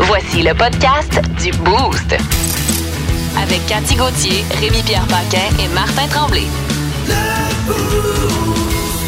Voici le podcast du Boost. Avec Cathy Gauthier, Rémi-Pierre Paquin et Martin Tremblay.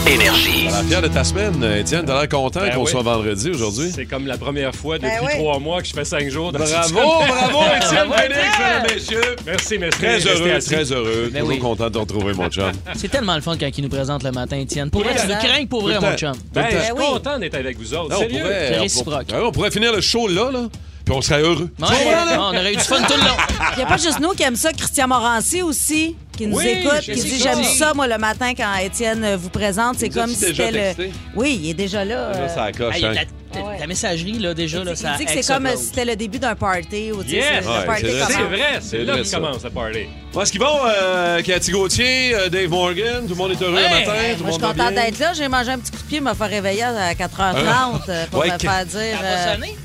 Énergie. La pierre de ta semaine, Étienne, t'as l'air content Ben qu'on oui. soit vendredi aujourd'hui. Ben, C'est comme la première fois depuis Ben oui. trois mois que je fais cinq jours. dans cette Bravo, semaine. bravo, Étienne Bravo, Félix, Étienne. mesdames et messieurs. Merci, merci. Très Restez heureux, assis. très heureux. Ben Toujours oui. content de te retrouver, mon chum. C'est tellement le fun quand il nous présente le matin, Étienne. Pour vrai, tu le exact. crains que pour vrai, Tout le mon temps. chum. Ben, Tout le je suis temps. Ben oui. content d'être avec vous autres. Non, on Sérieux. pourrait, C'est on- réciproque. Ah ouais, on pourrait finir le show là, là, puis on serait heureux. Ouais, on aurait eu du fun tout le long. Il n'y a pas juste nous qui aime ça, Christian Morancy aussi, qui nous Oui, écoute, je qui sais dit ça. J'aime ça, moi, le matin, quand Étienne euh, vous présente. C'est Il nous a-tu comme si déjà c'était le. texté? Oui, il est déjà là. euh, Là, ça accroche, Hey, hein. la, la- la messagerie, là, déjà, là, ça il dit que c'est explose. comme euh, si c'était le début d'un party. Ou, tu sais, Yes! c'est- Ouais, le party c'est vrai, C'est commence. vrai, c'est C'est là vrai, que ça. commence à parler. Bon, est-ce qu'ils vont, euh, Cathy Gauthier, euh, Dave Morgan, tout le monde est heureux le Ouais. matin, tout le Moi, je monde suis va contente bien? Hein? d'être là. J'ai mangé un petit coup de pied, m'a fait réveiller à 4h30 euh, pour Ouais, me que- faire dire. Ça euh, va sonner?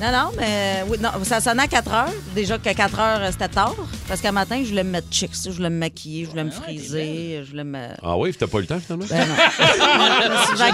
Non, non, mais oui, non, ça sonnait à 4 heures. Déjà que 4 heures, euh, c'était tard. Parce qu'à matin, je voulais me mettre chic, ça, je voulais me maquiller, je voulais me Ouais, t'es friser, je voulais me. Ah oui, t'as pas eu le temps finalement? Ben non. Je me suis levé à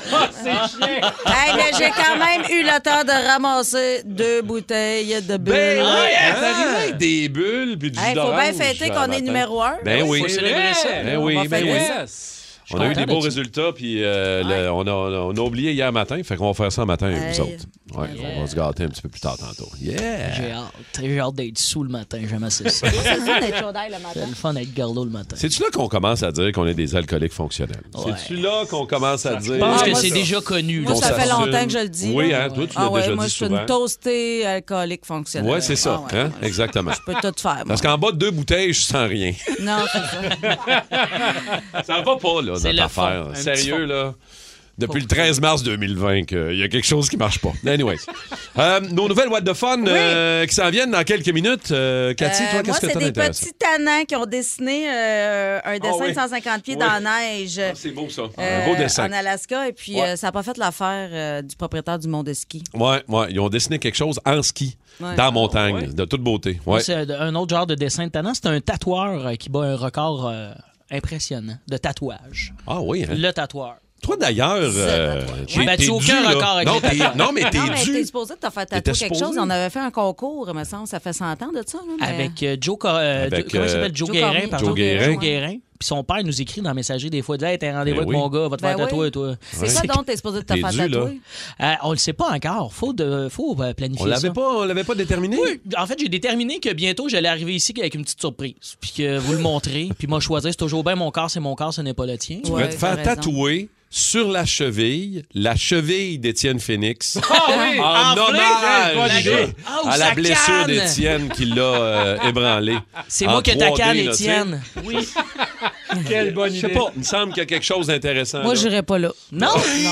4 heures. C'est chiant. Hey, mais j'ai quand même eu le temps de ramasser deux bouteilles de Ah! bulles. oui, yes! hein, t'arrives avec des bulles puis du Hey, jus faut bien d'orange fêter le qu'on matin. est numéro un. Ben oui. Faut célébrer ça. Ben On oui, va ben fêter oui. ça. Yes. On a eu content des beaux de- résultats, puis euh, le- on, a, on a oublié hier matin, fait qu'on va faire ça matin, Hey. Ben vous autres. Ouais, On va se gâter un petit peu plus tard tantôt. Yeah! J'ai hâte. J'ai hâte d'être sous le matin. J'aime assez ça. C'est le fun d'être chaud d'ail le matin. C'est le fun d'être garlot le matin. C'est-tu là qu'on commence à dire qu'on est des alcooliques fonctionnels? Ouais. C'est-tu là qu'on commence à dire... Je pense Ah, que moi, c'est ça- déjà connu. Moi, là. qu'on ça fait s'assume. longtemps que je le dis. Oui, là. hein, toi, tu l'as Ah ouais, déjà moi, dit je suis souvent. une toastée alcoolique fonctionnelle. Ouais, c'est ça, Ah ouais. hein? exactement. Je peux tout faire. moi. Parce qu'en bas de deux bouteilles, je sens rien. Non, c'est ça. Ça va pas, là, C'est notre le fond, affaire. un petit Sérieux, fond. là. Depuis le 13 mars 2020, qu'il y a quelque chose qui marche pas. Anyways. Euh, nos nouvelles What the Fun euh, qui s'en viennent dans quelques minutes. Euh, Cathy, Euh, toi, moi, qu'est-ce que c'est t'en des intéresses? petits tannins qui ont dessiné euh, un dessin Ah oui. de 150 pieds Oui. dans la neige. Ah, c'est beau, ça. euh, Un beau dessin. En Alaska, et puis Ouais. euh, ça n'a pas fait l'affaire euh, du propriétaire du mont de ski. Ouais, ouais. Ils ont dessiné quelque chose en ski, Ouais. dans la montagne, ouais. de toute beauté. Ouais. Ah C'est un- un autre genre de dessin de talent. C'est un tatoueur euh, qui bat un record euh, impressionnant de tatouage. Ah oui, hein? Le tatoueur. Toi, d'ailleurs, euh, t'es- Ben, tu t'es as aucun dû, là. record avec non, les t'es- tatouages. non, mais Non, mais t'es t'es dû. supposé de te faire T'étais tatouer quelque supposé. chose. On avait fait un concours, il me semble, ça fait 100 ans de ça. Là, mais- Avec euh, Joe, Cor- euh, Avec, Joe- comment il euh, s'appelle? Joe, Joe Guérin, Cormier. pardon. Joe Guérin. Joe Guérin. Puis son père nous écrit dans la messagerie des fois, il dit Hey, t'es un rendez-vous Ben avec oui. mon gars, va te Ben faire tatouer, oui. toi. C'est quoi donc t'es supposé de te T'es faire dû, là. tatouer? Euh, on le sait pas encore. Faut, de, faut euh, planifier On l'avait ça. pas, on l'avait pas déterminé. Oui, en fait, j'ai déterminé que bientôt j'allais arriver ici avec une petite surprise, puis que vous le montrez, puis moi choisir, c'est toujours bien mon corps, c'est mon corps, ce n'est pas le tien. Tu Ouais, pourrais te faire t'as raison. tatouer sur la cheville, la cheville d'Étienne Phoenix. Ah oui! En Enflé, c'est une bonne hommage idée. Ah, ou à la sa blessure canne. d'Étienne qui l'a euh, ébranlé. C'est En moi que ta 3D, canne, là, tu sais. Étienne. Oui. Quelle bonne Je idée. sais pas, il me semble qu'il y a quelque chose d'intéressant. Moi, là. j'irais pas là. Non. Non, non,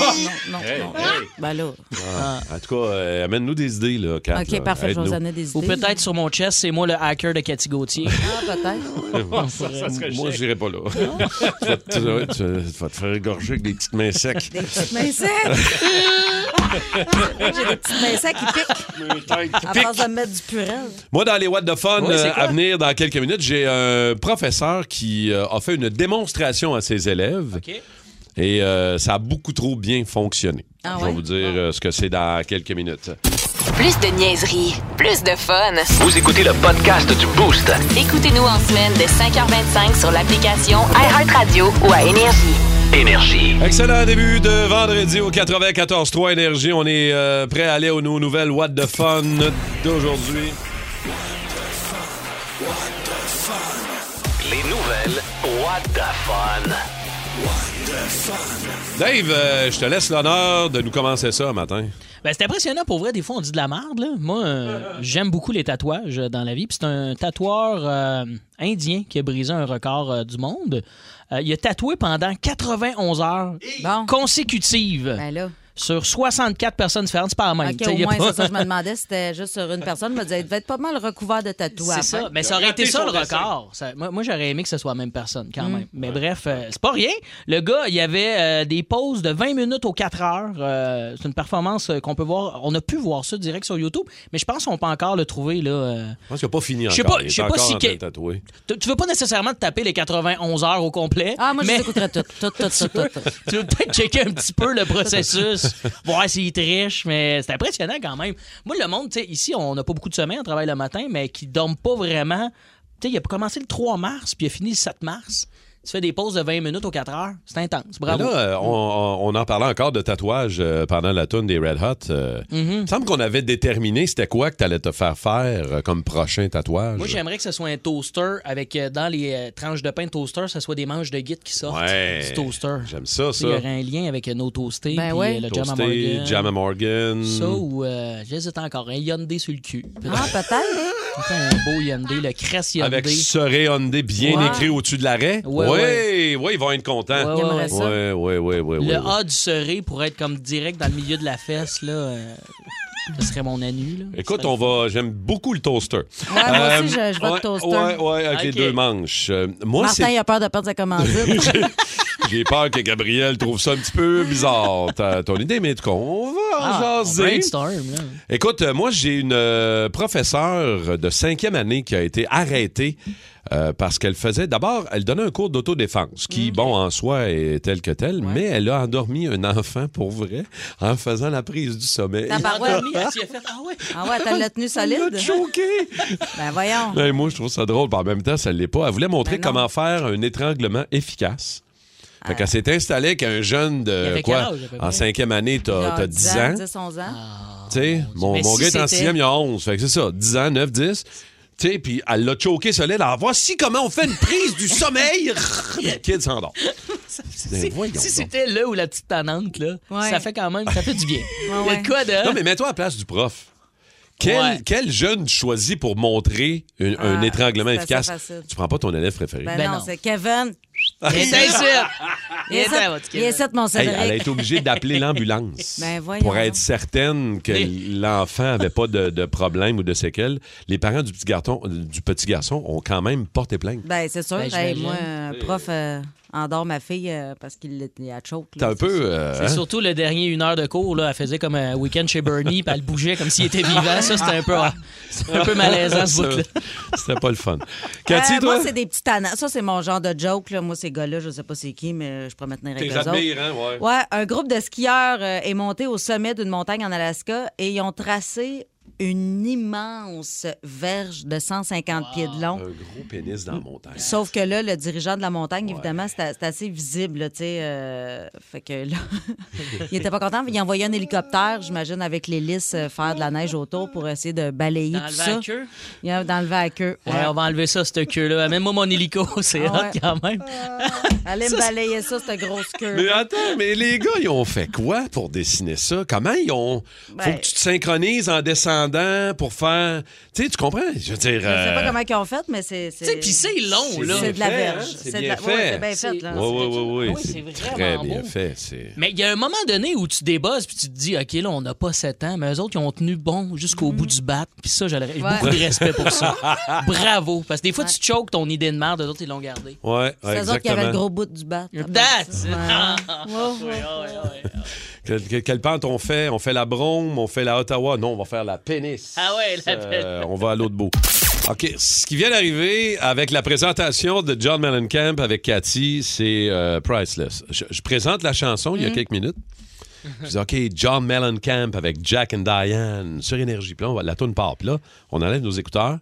non. Hey, non. hey. Ben là. En tout cas, euh, amène-nous des idées, là, Kat, là. OK, parfait, je vais vous Aide-nous. donner des Ou idées. peut-être sur mon chest, c'est moi le hacker de Cathy Gauthier. Ah, peut-être. Ça, ça serait Moi, chic. j'irai pas là. tu, vas te, tu vas- tu vas te faire égorger avec des petites mains secs. Mais c'est. J'ai des petites pincettes qui piquent. À force de me mettre du purel. Moi, dans les What the Fun Oui, c'est euh, quoi? à venir dans quelques minutes, j'ai un professeur qui euh, a fait une démonstration à ses élèves OK. et euh, ça a beaucoup trop bien fonctionné. Ah Je vais ouais? vous dire euh, ce que c'est dans quelques minutes. Plus de niaiserie, plus de fun. Vous écoutez le podcast du Boost. Écoutez-nous en semaine de 5h25 sur l'application iHeartRadio ou à Énergie. Énergie. Excellent début de vendredi au 94.3 Énergie. On est euh, prêt à aller aux nos nouvelles What the Fun d'aujourd'hui. Les nouvelles. What the fun. Dave, euh, je te laisse l'honneur de nous commencer ça un matin. Ben, c'est impressionnant pour vrai. Des fois, on dit de la merde. Là. Moi, euh, j'aime beaucoup les tatouages euh, dans la vie. Puis c'est un tatoueur euh, indien qui a brisé un record euh, du monde. Euh, il a tatoué pendant 91 heures Bon. consécutives Ben là. sur 64 personnes différentes. C'est pas la même. OK, T'sais, au il y a moins, pas- c'est ça. Je me demandais si c'était juste sur une personne. Je me disais, il devait être pas mal recouvert de C'est tatouages. ça. hein? Mais ça a aurait été raté ça son le dessin. record. Ça- moi, moi, j'aurais aimé que ce soit la même personne quand même. Mais bref, euh, c'est pas rien. Le gars, il y avait euh, des pauses de 20 minutes aux 4 heures. Euh, c'est une performance euh, qu'on peut voir. On a pu voir ça direct sur YouTube, mais je pense qu'on peut encore le trouver. Là, euh. Je pense qu'il n'a pas fini Je sais encore. pas- Il je sais est pas encore si en train de que- tatouer. Tu- Tu veux pas nécessairement te taper les 91 heures au complet. Ah, moi, je mais les écouterais toutes. Toutes, toutes, toutes, toutes. tu veux peut-être checker un petit peu le processus. plus, voir s'il triche, mais c'est impressionnant quand même. Moi, le monde, tu sais, ici, on n'a pas beaucoup de sommeil, on travaille le matin, mais qui ne dorment pas vraiment. Tu sais, il a commencé le 3 mars, puis il a fini le 7 mars. Tu fais des pauses de 20 minutes aux 4 heures. C'est intense. Bravo. Mais là, euh, on, on- on en parlait encore de tatouage euh, pendant la tourne des Red Hot. euh, Mm-hmm. Il me semble qu'on avait déterminé c'était quoi que t'allais te faire faire euh, comme prochain tatouage. Moi, j'aimerais que ce soit un toaster avec, euh, dans les euh, tranches de pain de toaster, ce soit des manches de guide qui sortent Ouais. du toaster. J'aime ça, Il y ça. aurait un lien avec euh, nos toastés, Ben puis, ouais. euh, le jam à Toasté, Morgan. Jam à Morgan. Ça ou, euh, j'hésite encore, un Hyundai sur le cul. Ah, peut-être. Peut-être un beau Hyundai, le Crest Hyundai. Avec Seré Hyundai bien Ouais. écrit au-dessus de l'arrêt. Ouais, oui, ouais. oui, ils vont être contents. Il Ouais, aimerait ouais. ça. Oui, oui, oui, oui. le A du serré pour être comme direct dans le milieu de la fesse, là. euh, ce serait mon anus, là. Écoute, Ce on serait- va. J'aime beaucoup le toaster. Ouais, moi Euh, aussi, je, je vote ouais, toaster. Ouais, ouais, avec les Ok. deux manches. Euh, moi, c'est Martin, il a peur de perdre sa commandite. J'ai peur que Gabriel trouve ça un petit peu bizarre, ta- ton idée, mais en tout cas, on va en Ah, on jaser. brainstorm, là. Écoute, euh, moi, j'ai une euh, professeure de cinquième année qui a été arrêtée euh, parce qu'elle faisait. D'abord, elle donnait un cours d'autodéfense, qui, Mm. bon, en soi, est tel que tel, mais elle a endormi un enfant pour vrai en faisant la prise du sommeil. La barre- Ah ouais. Ah, oui, elle s'y est faite. Ah ouais. ah ouais, t'as la tenue Elle solide? l'a choqué! Ben voyons. Ben, moi, je trouve ça drôle, mais en même temps, ça ne l'est pas. Elle voulait montrer Ben non. comment faire un étranglement efficace. Fait Ah. qu'elle s'est installée avec un jeune de avait Euh, quoi? quel âge, à peu en près? Ah. cinquième année, t'as, Genre t'as 10 ans. 10, 11 ans. Tu sais, mon, Mais mon si gars est en c'était- sixième, il a 11. Fait que c'est ça, 10 ans, 9, 10. Tu sais, puis elle l'a choqué, ce lait. là. Voici comment on fait une prise du sommeil. Le kid s'endort. Ben, Si- voyons si donc. c'était là ou la petite tanante, là, Ouais. ça fait quand même, ça fait du bien. Ouais, Il y a ouais. de quoi de. Non, mais mets-toi à la place du prof. Quel, Ouais. quel jeune tu choisis pour montrer un, un Ah, étranglement c'est efficace? assez facile. Tu prends pas ton élève préféré. Ben, Ben non, non. c'est Kevin. Mais c'est ça. Il est Viens ça, votre sept, il est Kevin. sept, mon Hey, Cédric. elle a été obligée d'appeler l'ambulance Ben, voyons pour être donc. certaine que Mais- l'enfant n'avait pas de, de problème ou de séquelles. Les parents du petit, garçon, du petit garçon ont quand même porté plainte. Ben, c'est sûr. Ben, Hey, j'imagine. moi, un prof euh, endort ma fille euh, parce qu'il l'a- il a choke. C'est là. un peu... euh, C'est hein? surtout le dernier une heure de cours, là, elle faisait comme un week-end chez Bernie, puis elle bougeait comme s'il était vivant. Ça, c'était un peu, c'était un peu malaisant, ce bout-là. C'était pas le fun. Euh, Cathy, toi? moi, c'est des petits tannants. Ça, c'est mon genre de joke. Là. Moi, ces gars-là, je sais pas c'est qui, mais je pourrais me tenir avec T'es eux autres. hein, ouais. Ouais, un groupe de skieurs euh, est monté au sommet d'une montagne en Alaska et ils ont tracé une immense verge de 150 pieds de long. Un gros pénis dans la montagne. Sauf que là, le dirigeant de la montagne, évidemment, c'était c'était assez visible, là, tu sais. euh, fait que là, il était pas content. Il envoyait un hélicoptère, j'imagine, avec l'hélice euh, faire de la neige autour pour essayer de balayer tout ça. Il a d'enlever la queue. Ouais, Ouais. on va enlever ça, cette queue-là. Amène-moi mon hélico, c'est Ah ouais. hot quand même. Allez me balayer ça, cette grosse queue. Mais Euh, attends, mais les gars, ils ont fait quoi pour dessiner ça? Comment ils ont. Faut Ben- que tu te synchronises en descendant pour faire. Tu sais, tu comprends? Je veux dire. Je sais euh, pas comment ils ont fait, mais c'est. Tu sais, puis c'est long, là. C'est de la verge. C'est de bien la- fait. ouais, ouais, c'est bien fait, là. Oui, oui, oui, oui. Oui, c'est vraiment très bien beau. fait. C'est... Mais il y a un moment donné où tu débosses puis tu te dis, OK, là, on n'a pas 7 ans, mais eux autres, ils ont tenu bon Mhm. jusqu'au bout du bat. Puis ça, j'ai beaucoup de respect pour ça. Bravo. Parce que des fois, tu choques ton idée de merde, eux autres, ils l'ont gardée. Ouais, ouais, C'est eux autres qui avaient le exactement. gros bout du bat. That's it. Ah, Ouais, ouais. Quelle, quelle- quelle pente on fait? On fait la Brome, on fait la Ottawa. Non, on va faire la pénis. Ah ouais, la Euh, on va à l'autre bout. OK, ce qui vient d'arriver avec la présentation de John Mellencamp avec Cathy, c'est euh, priceless. Je, je présente la chanson Mm. il y a quelques minutes. Je dis, OK, John Mellencamp avec Jack and Diane sur Énergie. Puis là, on va- la tourne part. Puis là, on enlève nos écouteurs.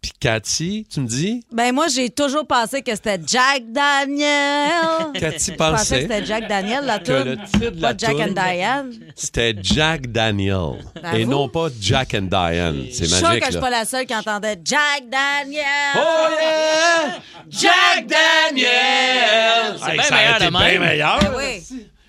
Puis Cathy, tu me dis, Ben, moi, j'ai toujours pensé que c'était Jack Daniel. Cathy Je pensait pensais que c'était Jack Daniel, la que le toune. titre de la Pas Jack and toune, Diane. c'était Jack Daniel et vous? non pas Jack and Diane. Je C'est suis sûre que magique. je suis là. pas la seule qui entendait Jack Daniel. Oh yeah! Jack Daniel! C'est bien meilleur de même. meilleur. Ben oui.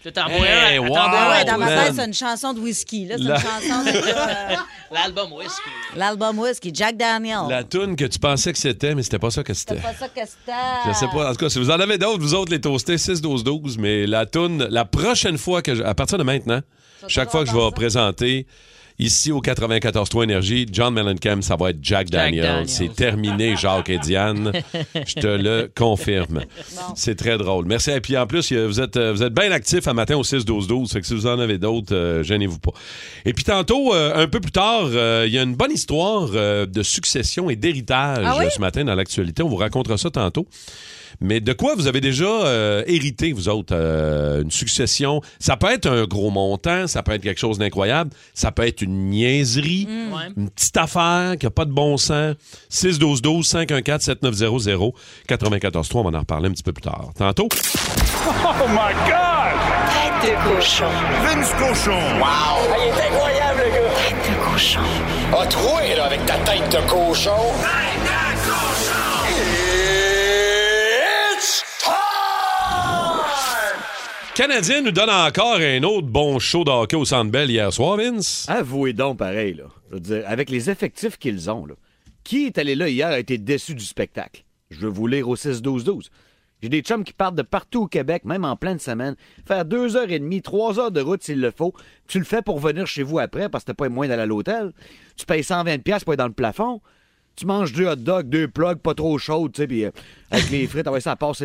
Tu t'en Hey, bois un, wow. t'en bois Ben un. ouais, dans ma man. tête, c'est une chanson de whisky. Là, c'est La- une chanson de euh, L'album Whisky. l'album whisky, Jack Daniel. La toune que tu pensais que c'était, mais c'était pas ça que c'était. C'est pas ça que c'était. Je sais pas. En tout cas, si vous en avez d'autres, vous autres, les toastés 6-12-12, mais la toune, la prochaine fois que je. À partir de maintenant, chaque fois que je vais présenter, Ici au 94.3 Énergie, John Mellencamp, ça va être Jack Daniels. Daniels. C'est terminé, Jacques et Diane. Je te le confirme. C'est très drôle. Merci. Et puis en plus, euh, vous êtes, euh, vous êtes bien actifs à matin au 6-12-12. Fait que si vous en avez d'autres, euh, gênez-vous pas. Et puis tantôt, euh, un peu plus tard, euh, il y a une bonne histoire euh, de succession et d'héritage Ah oui? euh, ce matin dans l'actualité. On vous racontera ça tantôt. Mais de quoi vous avez déjà euh, hérité, vous autres, euh, une succession? Ça peut être un gros montant, ça peut être quelque chose d'incroyable, ça peut être une niaiserie, Ouais. une petite affaire qui n'a pas de bon sens. 612-12-514-7900, 94-3, on va en reparler un petit peu plus tard. Tantôt, Oh Tête de cochon. Vince Cochon. Ah, il est incroyable, le gars! Tête de cochon. A troué, là, avec ta tête de cochon! Tête de cochon! It's time! Canadien nous donne encore un autre bon show de hockey au Centre Bell hier soir, Vince. Avouez donc pareil, là. Je veux dire, avec les effectifs qu'ils ont, là, qui est allé là hier a été déçu du spectacle? Je veux vous lire au 6-12-12. J'ai des chums qui partent de partout au Québec, même en pleine semaine. Faire deux heures et demie, trois heures de route s'il le faut. Tu le fais pour venir chez vous après parce que t'as pas les moyens d'aller à l'hôtel. Tu payes 120$ piastres pour être dans le plafond. Tu manges deux hot dogs, deux plugs, pas trop chaudes, tu sais, puis euh, avec les frites, ah ouais, ça passe.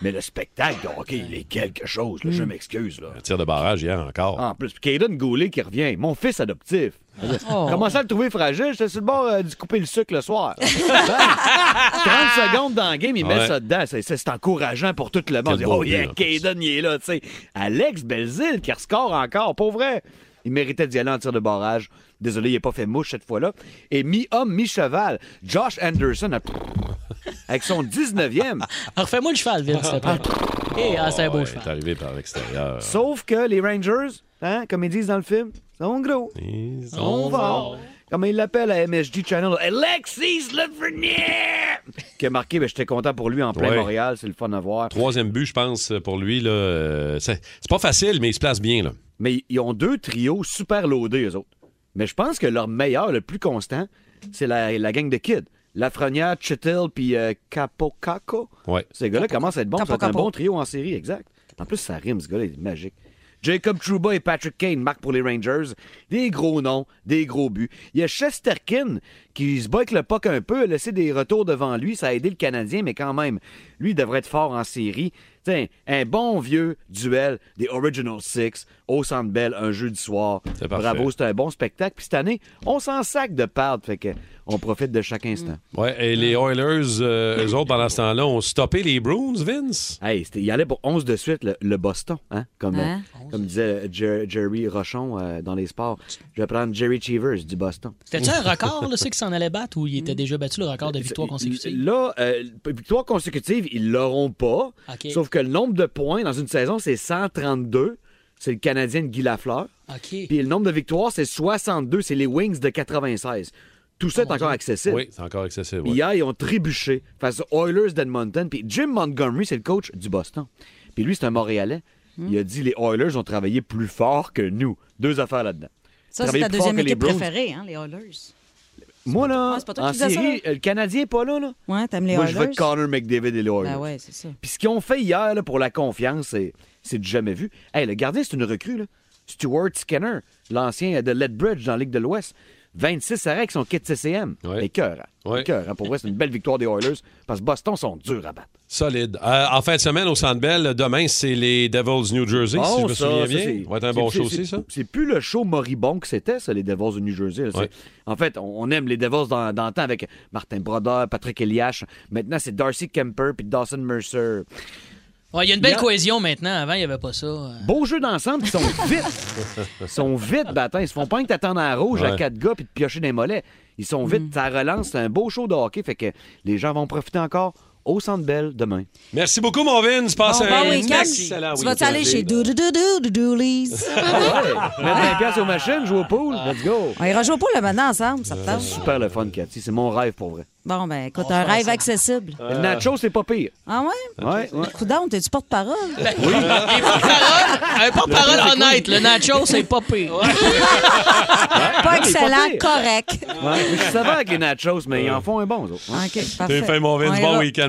Mais le spectacle de hockey, il est quelque chose, là, je m'excuse, là. Tir de barrage hier encore. En plus, Caden Goulet qui revient, mon fils adoptif. Oh. Commençais à le trouver fragile, j'étais sur le bord euh, du couper le sucre le soir. Bang! 30 secondes dans le game, il Ouais. met ça dedans. C'est, c'est- c'est encourageant pour tout le monde. Quel Dire, beau oh yeah, but, en plus. Caden, il est là, tu sais. Alex Belzil qui rescore encore, pour vrai. Il méritait d'y aller en tir de barrage. Désolé, il n'est pas fait mouche cette fois-là. Et mi-homme, mi-cheval, Josh Anderson, a- avec son 19e. Alors, Refais-moi le cheval, Vince, s'il te plaît. Eh, ah, c'est un beau Ouais, cheval. est arrivé par l'extérieur. Sauf que les Rangers, hein, comme ils disent dans le film, sont gros. Ils On va. Comment il l'appelle à MSG Channel? Alexis Lafreniere! Qui a marqué, ben, j'étais content pour lui en plein Ouais. Montréal, c'est le fun à voir. Troisième but, je pense, pour lui. là, euh, c'est c'est pas facile, mais il se place bien. Là. Mais ils ont deux trios super loadés, eux autres. Mais je pense que leur meilleur, le plus constant, c'est la, la gang de kids. Lafrenière, Chittel, puis euh, Capocaco. Ouais. Ces gars-là commencent à être bons. Capo, C'est un Capo. bon trio en série, exact. En plus, ça rime, ce gars-là, il est magique. Jacob Trouba et Patrick Kane marquent pour les Rangers. Des gros noms, des gros buts. Il y a Chesterkin qui se bat avec le puck un peu, a laissé des retours devant lui. Ça a aidé le Canadien, mais quand même, lui, il devrait être fort en série. Tiens, un bon vieux duel des Original Six au Centre Bell un jeudi soir. C'est parfait. Bravo, c'est un bon spectacle. Puis cette année, on s'en sac de perdre, fait que on profite de chaque instant. Ouais, et Ah. les Oilers, euh, eux autres, pendant ce temps-là, ont stoppé les Bruins, Vince? Hey, c'était- il allait pour 11 de suite, le, le Boston, hein? Comme, euh, Hein? comme disait euh, Jer- Jerry Rochon euh, dans les sports. Je vais prendre Jerry Cheevers du Boston. C'était-tu un record, là, ceux qui s'en allaient battre, ou il Mm. était déjà battu le record de victoires consécutives? Là, euh, victoire consécutive, ils l'auront pas. OK. Sauf que le nombre de points dans une saison, c'est 132. C'est le Canadien de Guy Lafleur. OK. Puis le nombre de victoires, c'est 62. C'est les Wings de 96. Tout Oh ça est encore accessible. Oui, c'est encore excessif. Puis ouais. Hier, ils ont trébuché face aux Oilers d'Edmonton. Puis Jim Montgomery, c'est le coach du Boston. Puis lui, c'est un Montréalais. Hmm. Il a dit les Oilers ont travaillé plus fort que nous. Deux affaires là-dedans. Ça, c'est Travailler ta plus fort deuxième que les équipe Browns. préférée, hein, les Oilers. Moi, là, Ah, c'est pas toi en qui disais ça, série, le Canadien n'est pas là. là. Ouais, t'aimes les Moi, Oilers? je veux que Connor McDavid et les Oilers. Ben ouais, c'est ça. Puis ce qu'ils ont fait hier là, pour la confiance, c'est, c'est du jamais vu. Hey, le gardien, c'est une recrue. Là. Stuart Skinner, l'ancien de Lethbridge dans la Ligue de l'Ouest. 26 arrêts avec son kit CCM. Ouais. Écœurant. Ouais. Écœurant. Pour vrai, c'est une belle victoire des Oilers parce que Boston sont durs à battre. Solide. Euh, en fin de semaine, au Centre Bell, demain, c'est les Devils New Jersey, si je me ça, souviens ça, bien. c'est- Ça va être un c'est- bon c'est- show c'est- aussi, ça? C'est plus le show moribond que c'était, ça, les Devils de New Jersey. là. C'est- Ouais. En fait, on, on aime les Devils dans, dans le temps avec Martin Brodeur, Patrick Eliash. Maintenant, c'est Darcy Kemper puis Dawson Mercer. euh, Ouais, il y a une belle Hier- cohésion maintenant. Avant, il n'y avait pas ça. euh. Beau jeu d'ensemble, ils sont vite. Ils sont vite, ben, attends, Ils se font pas que t'attendre à rouge Ouais. à quatre gars puis de piocher des mollets. Ils sont vite, Mm. ça relance. C'est un beau show de hockey. Fait que les gens vont profiter encore au Centre Bell demain. Merci beaucoup, mon Vince. Ah, Passe Bon, un bon week-end. excellent Tu week-end. vas-tu aller chez Doodoo-Doodoo-Doodoo-Doolies? Mettre un pièce aux machines, jouer au pool, let's go. Ah. On ira jouer au pool là, maintenant ensemble, ça te tente? Super le fun, Cathy. C'est mon rêve pour vrai. Bon, ben écoute, On un se fait rêve ça. accessible. Euh. Le Euh, Nacho, c'est pas pire. Ah ouais? Ouais, ouais. Coudon, t'es-tu porte-parole? Ben Un porte-parole- un Euh, porte-parole honnête. Le nacho, c'est pas pire. Pas excellent, pire. correct. Ouais, mais je savais avec les nachos, mais ils en font un bon, eux autres. hein. OK, T'es parfait. fin, mon Vince. On Bon ira. week-end,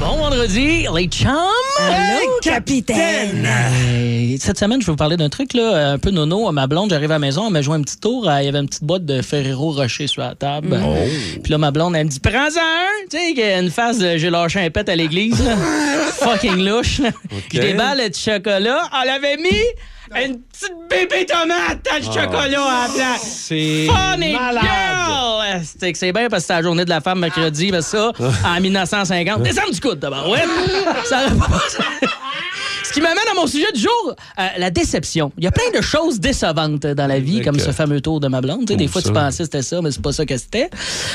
Bon vendredi, les chums! Allô, capitaine! Hey, Cette semaine, je vais vous parler d'un truc là, un peu nono. Ma blonde, j'arrive à la maison, elle m'a joué un petit tour. euh, Il y avait une petite boîte de Ferrero Rocher sur la table. Puis là, ma blonde, elle me dit Prends-en un! Tu sais, qu'il y a une phase de j'ai lâché un pet à l'église. là. Fucking louche. là. Je déballe le petit chocolat. Elle avait mis une petite bébé tomate dans le chocolat à la place. C'est Funny girl! C'est que c'est bien parce que c'est la journée de la femme mercredi, parce que ça, en 1950. Descendre du coude d'abord, ouais! Ça aurait pas- Ce qui m'amène à mon sujet du jour, euh, la déception. Il y a plein de choses décevantes dans la vie, comme Ok. ce fameux tour de ma blonde. Tu sais, des fois, tu pensais que c'était ça, mais c'est pas ça que c'était.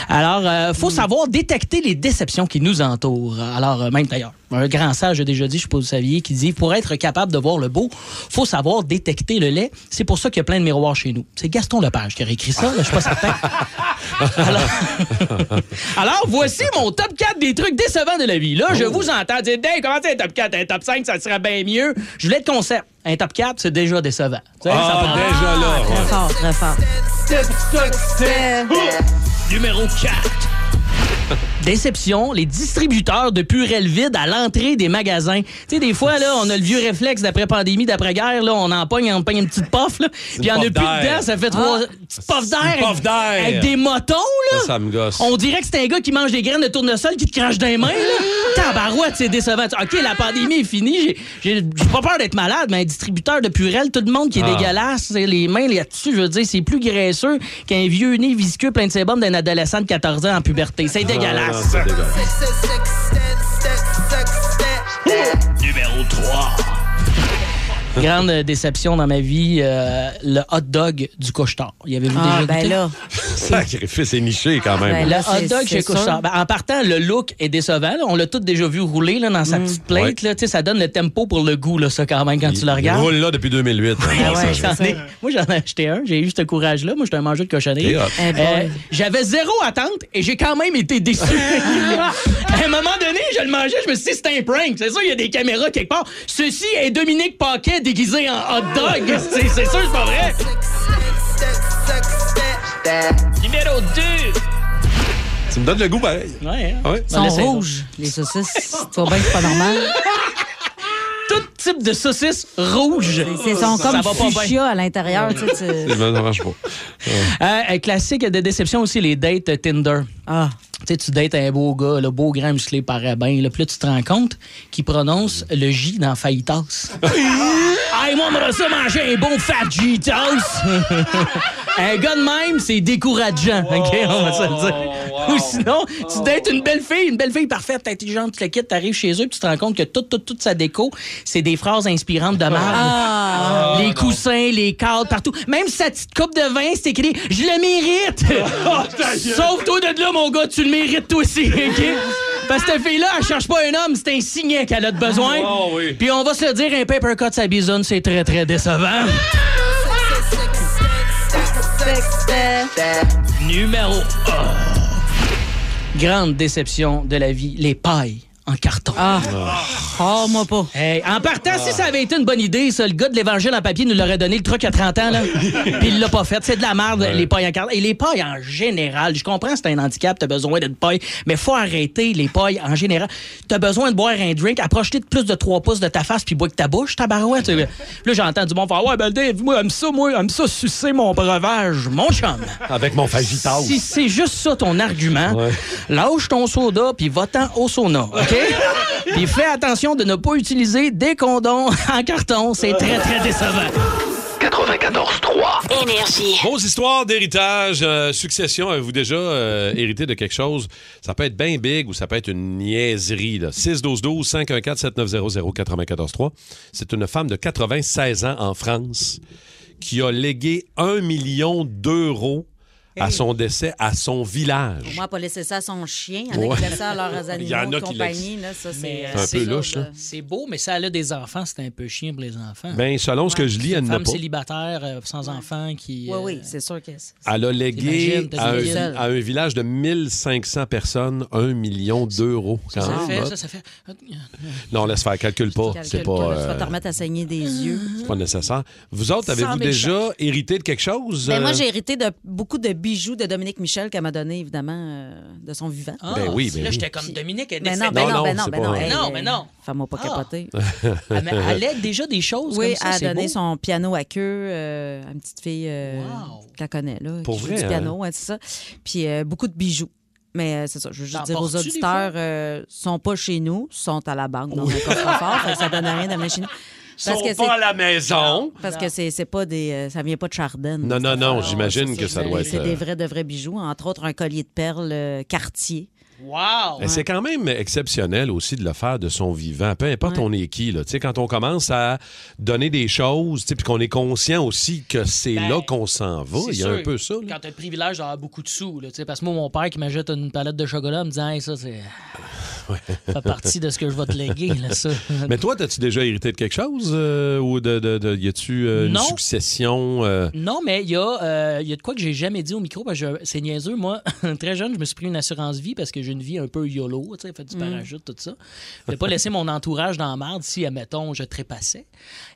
Alors, euh, faut savoir détecter les déceptions qui nous entourent. Alors, euh, même d'ailleurs, un grand sage a déjà dit, je suppose que vous saviez, qui dit pour être capable de voir le beau, faut savoir détecter le lait. C'est pour ça qu'il y a plein de miroirs chez nous. C'est Gaston Lepage qui aurait écrit ça, là, je suis pas certain. Alors... Alors, voici mon top 4 des trucs décevants de la vie. Là, je Oh. vous entends dire, Hey, comment c'est un top 4? Un top 5, ça serait bien mieux. Je voulais te concept. Un top 4, c'est déjà décevant. Tu sais, ça Ah, prend- déjà là. Très fort, très fort. Numéro 4. Déception, les distributeurs de purelles vides à l'entrée des magasins. Tu sais, des fois, là, on a le vieux réflexe d'après-pandémie, d'après-guerre, là, on en pogne, on pogne une petite puff, là, puis il n'y en a plus puff d'air. Ah. dedans, ça fait trois petites puffs d'air. puff d'air. Avec des motons, là. Ça, ça me gosse. On dirait que c'est un gars qui mange des graines de tournesol qui te crache dans les mains, là. Tabarouette, c'est décevant. OK, la pandémie est finie. J'ai- J'ai j'ai pas peur d'être malade, mais un distributeur de purelles, tout le monde qui est Ah. dégueulasse, c'est les mains là-dessus, je veux dire, c'est plus graisseux qu'un vieux nez visqueux plein de sébum d'un adolescent de 14 ans en puberté. C'est Ah, dégueulasse. c'est dégueulasse. Ah, Grande déception dans ma vie, euh, le hot dog du couche-tard. Il y avait Ah, déjà ben goûté? là, Sacrifice et niché quand même. Ben Le là, hot c'est- dog c'est chez sûr. Couche-Tard. Ben, en partant, le look est décevant. là. On l'a tous déjà vu rouler là, dans Mm. sa petite plate. Ouais. là. Tu sais, ça donne le tempo pour le goût, là, ça, quand même, quand tu le Il regardes. roule là depuis 2008. Ah Ça, ouais, J'en ai- moi, j'en ai acheté un. J'ai eu ce courage-là. Moi, j'étais un mangeur de cochonneries. T'es hot. Eh boy. Euh, J'avais zéro attente et j'ai quand même été déçu. à un moment donné, je le mangeais, je me suis dit, c'est un prank. C'est sûr, il y a des caméras quelque part. Ceci est Dominique Paquet déguisé en hot dog. Ah. C'est c'est sûr, c'est pas vrai. Numéro 2. Tu me donnes le goût pareil. Ouais. hein. Ah ouais? ils sont l'essaie, rouges, les saucisses. Tu vois bien que c'est pas normal. Tout type de saucisse rouge. C'est ils sont Ça comme va pas bien. fuchsia à l'intérieur. tu sais, tu- Je me dérange pas. Euh, un classique de déception aussi, les dates euh, Tinder. Ah, Tu sais, tu dates un beau gars, le beau grand musclé paraît bien. Là, puis là, tu te rends compte qu'il prononce le J dans fajitas. hey, moi, on m'aurait ça manger un bon fajitas. un gars de même, c'est décourageant. OK, on va se le dire. Ou sinon, tu dates une belle fille, une belle fille parfaite, intelligente, tu la quittes, t'arrives chez eux, puis tu te rends compte que toute, toute, toute sa déco, c'est des phrases inspirantes de marbre. les coussins, les cadres, partout. Même sa petite coupe de vin, c'est écrit « Je le mérite! Sauf toi de là, mon gars, tu le mérites toi aussi, OK? Parce que cette fille-là, elle cherche pas un homme, c'est un signet qu'elle a de besoin. Oh, oui. Puis on va se le dire, un paper cut, ça bisonne, c'est très, très décevant. Numéro 1. Grande déception de la vie, les pailles en carton. ah. Oh, moi pas. Hey, en partant, si ça avait été une bonne idée, ça, le gars de l'Évangile en papier nous l'aurait donné le truc à 30 ans, là. Puis il l'a pas fait. C'est de la merde, les pailles en carton. Et les pailles en général, je comprends, c'est un handicap, t'as besoin d'une paille, mais faut arrêter les pailles en général. T'as besoin de boire un drink, approche-toi de plus de 3 pouces de ta face, puis bois que ta bouche, ta barouette. Puis là, j'entends du monde faire Ouais, ben, Dave, moi, aime ça, moi, aime ça, sucer mon breuvage, mon chum. Avec mon fagitas. Si c'est juste ça ton argument, Ouais. lâche ton soda puis va-t'en au sauna, OK? puis fais attention de ne pas utiliser des condoms en carton. C'est très, très décevant. 94-3. Énergie. Vos histoires d'héritage, euh, succession, avez-vous déjà euh, hérité de quelque chose? Ça peut être bien big ou ça peut être une niaiserie. 612-12-514-7900-943. C'est une femme de 96 ans en France qui a légué 1 million d'euros à son décès à son village. Moi, pas laisser ça à son chien. Il y en a Ouais. qui laissent ça à leurs Il y en a animaux de qui compagnie. Là, ça, c'est euh, Mais, C'est un peu louche, là. C'est beau, mais ça elle a des enfants, c'est un peu chien pour les enfants. Ben, selon ce que je lis, elle n'a Femme pas. célibataire, euh, sans enfants, qui... Oui, euh, oui, c'est sûr que c'est. Elle a légué T'imagines, t'as à une un, seule. à un village de 1500 personnes 1 million d'euros. quand Ça Ah, même, fait, hein. ça, ça fait... Non, laisse faire, calcule pas. C'est pas, Tu vas euh, Ah, te remettre à saigner des yeux. c'est pas nécessaire. Vous autres, avez-vous 100 000 déjà hérité de quelque chose? Ben, moi, euh? j'ai hérité de beaucoup de bijoux de Dominique Michel qu'elle m'a donné, évidemment, euh, de son vivant. Ah, Ben oui, ben là, oui. j'étais comme Dominique, elle Mais décède. non, ben Non, non, non, ben non, c'est ben pas non. vrai. hey, Non, hey, ben non. Fais-moi pas Ah. capoter. Elle m'a- elle aide déjà des choses Oui, comme elle ça, a c'est donné beau. son piano à queue euh, à une petite fille euh, Wow. qu'elle connaît, là, Pour qui joue vrai, du hein? piano, ouais, c'est ça. Puis euh, beaucoup de bijoux. Mais euh, c'est ça, je veux T'en juste dire aux portes-tu des auditeurs, euh, sont pas chez nous, sont à la banque dans un coffre-fort, fait que ça donne à rien d'amener chez nous. Parce que Sont pas à c'est la maison. parce que c'est c'est pas des euh, ça vient pas de Chardin. Non, cette non, non, affaire-là. j'imagine que ça doit Ah, C'est être, des euh, vrais de vrais bijoux, entre autres un collier de perles euh, Cartier. Wow! Mais Eh, C'est quand même exceptionnel aussi de le faire de son vivant, peu importe on est qui. Là. Tu sais, Quand on commence à donner des choses, tu sais, puis qu'on est conscient aussi que c'est Ben, là qu'on s'en va, C'est il y a sûr, un peu ça. là. Quand t'as le privilège d'avoir beaucoup de sous, là, tu sais, parce que moi, mon père qui m'achète une palette de chocolat me disant, Hey, ça, c'est. Ça fait partie de ce que je vais te léguer, là, ça. Mais toi, as-tu déjà hérité de quelque chose euh, ou de, de, de- y a-tu euh, une Non. succession euh, Non, mais il y, a, euh, il y a de quoi que j'ai jamais dit au micro. Parce que je- c'est niaiseux. Moi, très jeune, je me suis pris une assurance vie parce que j'ai une vie un peu YOLO, tu sais, fait Mm. du parachute, tout ça. Je voulais pas laisser mon entourage dans la merde si, admettons, je trépassais.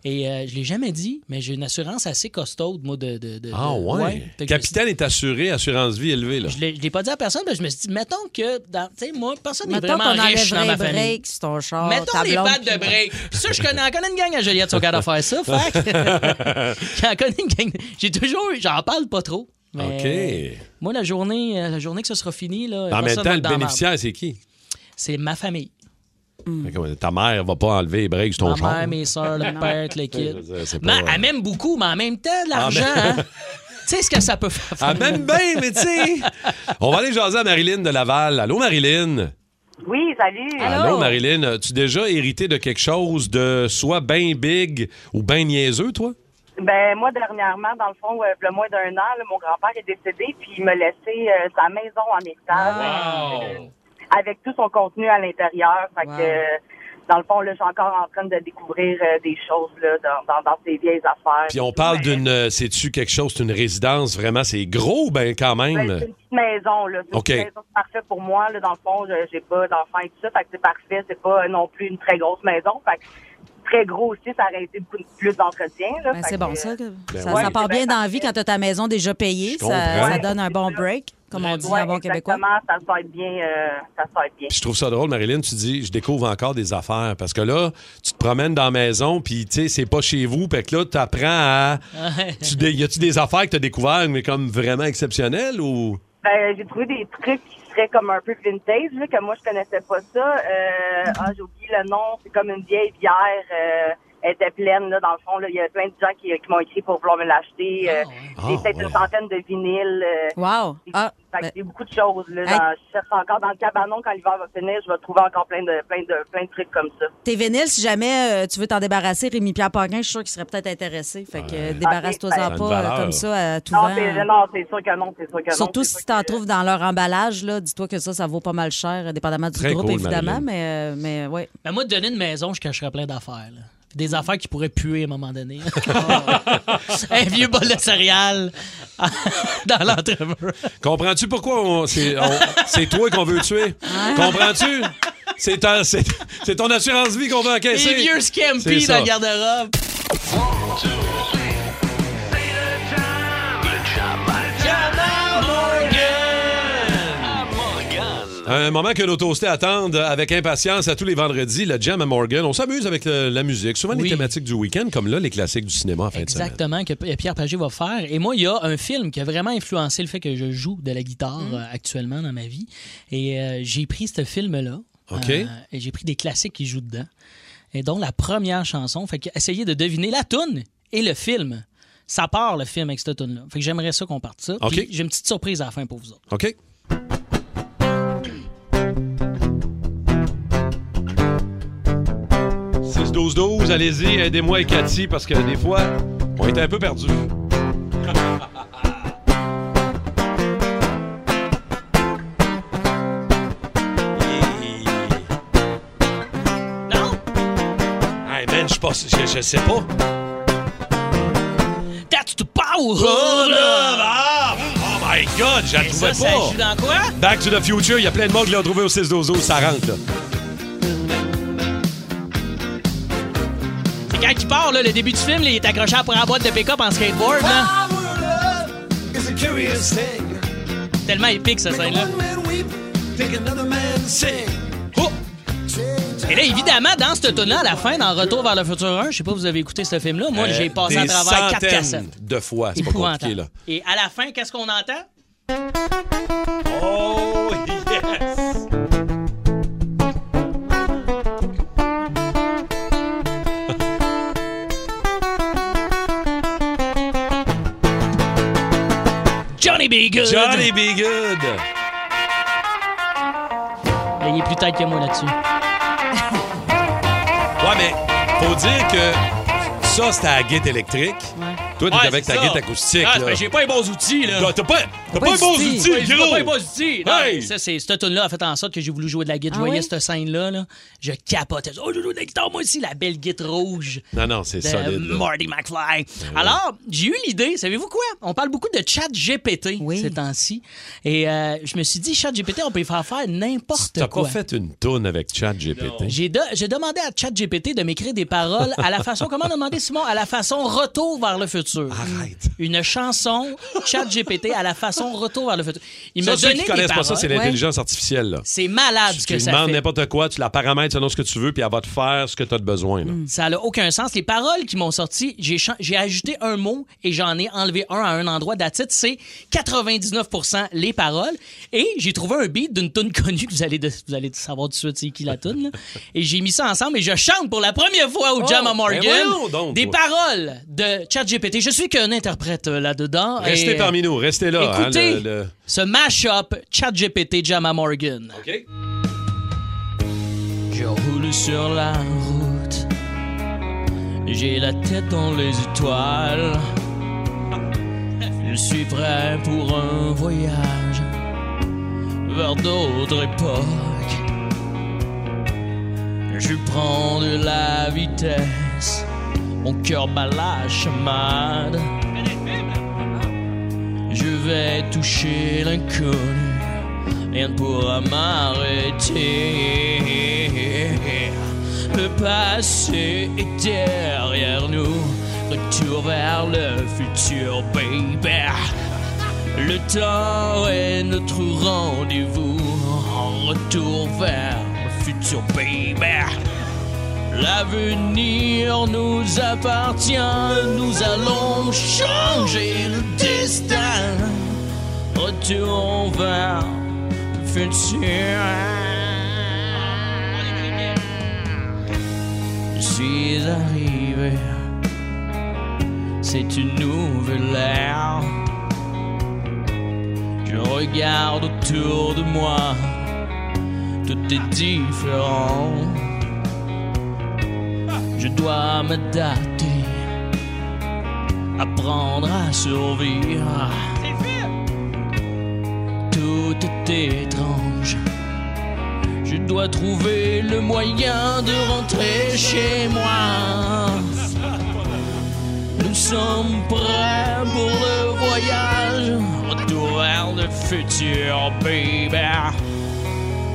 Et euh, je l'ai jamais dit, mais j'ai une assurance assez costaude, moi, de. de, de- Ah de- ouais. euh, Fait que je me suis- Capitaine est assuré, assurance vie élevée là. Je l'ai, je l'ai pas dit à personne, mais je me suis dit, mettons que, dans- tu sais, moi, personne n'est Mettons vraiment qu'on riche dans ma enlèverait famille. break sur ton char, Mettons ta les blonde, pattes de puis- break. Puis ça, je connais, en connais une gang à Joliette, son gars à faire ça. Fait que- j'en connais une gang. J'ai toujours, j'en parle pas trop. mais OK. Moi, la journée, euh, la journée que ce sera fini, là, En personne même va temps, être le dans la bénéficiaire, c'est qui? merde. c'est ma famille. Fait que, euh, Ta mère va pas enlever les breaks sur ton Hmm. Ma char. mère, mes soeurs, le père, le Je kid. veux dire, c'est pas- Ben, elle m'aime beaucoup, mais en même temps, l'argent, hein. tu sais ce que ça peut faire. Ah, même bien, mais tu sais. On va aller jaser à Marilyn de Laval. Allô, Marilyn? Oui, salut. Allô, Marilyn. As-tu déjà hérité de quelque chose de soit bien big ou bien niaiseux, toi? Ben moi dernièrement, dans le fond, euh, le moins d'un an, là, mon grand-père est décédé puis il m'a laissé euh, sa maison en héritage euh, avec tout son contenu à l'intérieur. Fait Wow. que euh, dans le fond, là, je suis encore en train de découvrir euh, des choses là, dans, dans, dans ces vieilles affaires. Puis on parle Mais, d'une. euh, C'est-tu quelque chose, c'est une résidence, vraiment, c'est gros, ben quand ben, même. c'est une petite maison, là. C'est OK. une petite maison c'est parfait pour moi. Là, dans le fond, je- j'ai pas d'enfants et tout ça. Fait que c'est parfait. C'est pas euh, non plus une très grosse maison. Fait que très gros aussi, ça aurait été beaucoup plus d'entretien. là. Ben, Fait c'est que, euh, bon, ça. que- Ben ça, oui. ça part bien dans la vie quand tu as ta maison déjà payée. Je Ça, comprends. ça donne un bon break, comme on dit Ouais, en bon québécois. exactement, ça se fait bien, euh, ça se fait bien. Puis je trouve ça drôle, Marilyn, tu dis, je découvre encore des affaires. Parce que là, tu te promènes dans la maison, puis tu sais, c'est pas chez vous. Fait que là, tu apprends à. Tu dé- Y a-tu des affaires que tu as découvertes, mais comme vraiment exceptionnelles ou. Ben, j'ai trouvé des trucs qui seraient comme un peu vintage, là, que moi je connaissais pas ça. Euh, Mhm. ah, j'ai oublié le nom, c'est comme une vieille bière, euh, elle était pleine là, dans le fond. là. Il y a plein de gens qui, qui m'ont écrit pour vouloir me l'acheter. Euh, Ah, j'ai peut-être ouais. une centaine de vinyles. euh, Wow! j'ai- Ah, fait que ben, j'ai beaucoup de choses. Là, Hey. dans- je cherche encore dans le cabanon quand l'hiver va finir, je vais trouver encore plein de plein de plein de trucs comme ça. t'es vénile, si jamais euh, tu veux t'en débarrasser, Rémi-Pierre Paquin, je suis sûr qu'il serait peut-être intéressé. Fait que euh, Ah, débarrasse-toi-en ben, ça a une pas euh, valeur. comme ça à tout Non, vent. c'est, non, c'est sûr que non, c'est sûr que non. Surtout c'est si sûr t'en que- trouves dans leur emballage, là, dis-toi que ça, ça vaut pas mal cher, euh, dépendamment du Très groupe, cool, évidemment, Marilyn. mais, euh, mais ouais. Ben, moi, de donner une maison, je cacherais plein d'affaires. là. Puis Des affaires qui pourraient puer à un moment donné. un vieux bol de céréales dans l'entrevue. Comprends-tu pourquoi on- c'est on- c'est toi qu'on veut tuer? Comprends-tu? C'est ton, c'est- c'est ton assurance vie qu'on veut encaisser. Des vieux scampi C'est dans ça. le garde-robe. Un moment que nos toastés attendent avec impatience à tous les vendredis, le Jam à Morgan. On s'amuse avec le- la musique, souvent les Oui. thématiques du week-end, comme là, les classiques du cinéma en fin de semaine. Exactement, que P- Pierre Pagé va faire. Et moi, il y a un film qui a vraiment influencé le fait que je joue de la guitare euh, actuellement dans ma vie. Et euh, j'ai pris ce film-là. euh, OK. et j'ai pris des classiques qui jouent dedans. Et dont la première chanson. Fait que essayez de deviner la tune et le film. Ça part le film avec cette tune-là. Fait que j'aimerais ça qu'on parte ça. OK. Puis J'ai une petite surprise à la fin pour vous autres. OK? C'est 12 12 allez-y, aidez-moi et Cathy parce que des fois, on est un peu perdus. Non! Hey man, je passe- je- je sais pas. That's the Oh, power of love! Ah! Oh my god, je la Et trouvais ça, ça joue pas. dans quoi? Back to the Future, il y a plein de monde qui l'ont trouvé au 6 12 12 ça rentre là. C'est quand il part, là, le début du Ah! film, là, il est accroché après la boîte de pick-up en skateboard. Là. Power love is a curious thing. C'est tellement épique, cette scène-là. Oh! Et là, évidemment, dans cette tune là à la fin, dans Retour vers le futur 1, je sais pas si vous avez écouté ce film-là, moi, Euh, j'ai passé à des travers quatre centaines cassettes. de fois. C'est pas Épouvantable. compliqué, là. Et à la fin, qu'est-ce qu'on entend? Oh, yes! Johnny B. Good! Johnny Be Good! Là, Ben, Il est plus tard que moi là-dessus. Ouais, mais faut dire que ça, c'était à la guette électrique. Toi, t'es Ouais, avec c'est ta ça. guette acoustique. Ah, c'est là. parce que j'ai pas les bons outils, là. Bah, T'as- T'as pas, t'as pas un bon d'outils. outil, Ouais, j'ai gros! pas les bons outils. Non, Hey! Ça, c'est, cette tune-là a fait en sorte que j'ai voulu jouer de la guitare. Ah je voyais oui? cette scène-là, là, je capotais. Oh, je joue de la guitare, moi aussi, la belle guitare rouge. Non, non, c'est de solide. là. Ah Marty McFly. Alors, j'ai eu l'idée, savez-vous quoi? On parle beaucoup de chat GPT Oui. ces temps-ci. Et euh, je me suis dit, chat GPT, on peut y faire faire n'importe T'as quoi. pas fait hein? une toune avec Chat GPT. J'ai, de- j'ai demandé à ChatGPT de m'écrire des paroles à la façon. Comment on a demandé, Simon? À la façon Retour vers le futur. Arrête. Une chanson ChatGPT à la façon Retour vers le futur. Il Ça, m'a ceux donné qui des connaissent pas paroles. ça, c'est l'intelligence artificielle. Là. C'est malade ce Tu que lui ça demandes fait. n'importe quoi, tu la paramètres selon ce que tu veux, puis elle va te faire ce que tu as de besoin. là. Ça n'a aucun sens. Les paroles qui m'ont sorti, j'ai chan- j'ai ajouté un mot et j'en ai enlevé un à un endroit. D'attitude, c'est 99% les paroles. Et j'ai trouvé un beat d'une tune connue que vous allez, de- vous allez savoir tout de suite c'est qui la tune. là. Et j'ai mis ça ensemble et je chante pour la première fois au Jam à Morgan ben voyons donc, des toi. paroles de ChatGPT. Je suis qu'un interprète euh, là-dedans. Restez Et, euh, parmi nous, restez là. hein, Écoutez le- le- ce mash-up ChatGPT Jam à Morgan. Je roule sur la route. J'ai la tête dans les étoiles. Je suis prêt pour un voyage vers d'autres époques. Je prends de la vitesse. Mon cœur bat la chamade. Je vais toucher l'inconnu. Rien ne pourra m'arrêter. Le passé est derrière nous. Retour vers le futur, baby. Le temps est notre rendez-vous. En retour vers le futur, baby. L'avenir nous appartient. Nous allons changer le destin. Retour vers futur. Je suis arrivé, c'est une nouvelle ère. Je regarde autour de moi, tout est différent. Je dois m'adapter, apprendre à survivre. Tout est étrange. Je dois trouver le moyen de rentrer chez moi. Nous sommes prêts pour le voyage. Retour vers le futur, baby.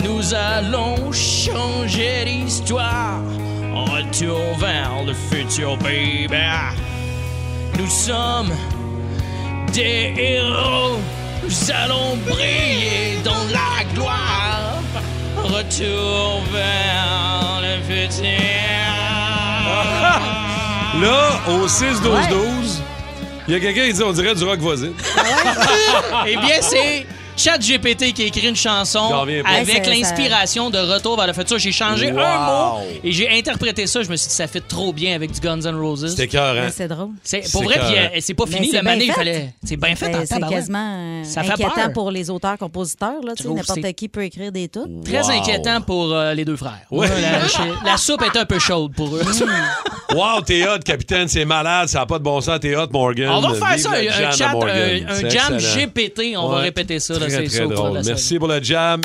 Nous allons changer l'histoire. Retour vers le futur, baby. Nous sommes des héros. Nous allons briller dans la gloire. Retour vers le futur. Là, au 6-12-12, il y a quelqu'un qui dit on dirait du rock voisin. Eh bien, c'est ChatGPT qui a écrit une chanson J'en reviens pas. Ouais, avec c'est- l'inspiration de Retour vers le futur. J'ai changé Wow. un mot et j'ai interprété ça. Je me suis dit, ça fait trop bien avec du Guns N' Roses. C'était cœur, hein? Mais C'est drôle. C'est- Pour c'est vrai, que- puis, euh, c'est pas Mais fini. c'est Le bien mané, il fait. fait. C'est bien fait en Ben, C'est c'est tabarouette. quasiment euh, Ça fait inquiétant peur. pour les auteurs-compositeurs. là, tu sais, trouve que c'est- N'importe qui peut écrire des tunes. Très Wow. inquiétant pour euh, les deux frères. Ouais. Mm. la, la soupe est un peu chaude pour eux. Wow, t'es hot, capitaine, c'est malade, ça n'a pas de bon sens, t'es hot, Morgan. On va faire Vive ça, le un, jam à un chat, euh, Morgan. un, un C'est jam excellent. GPT. On va Ouais. répéter ça, là, Très, c'est très sûr. pour drôle. la semaine. Merci pour le jam.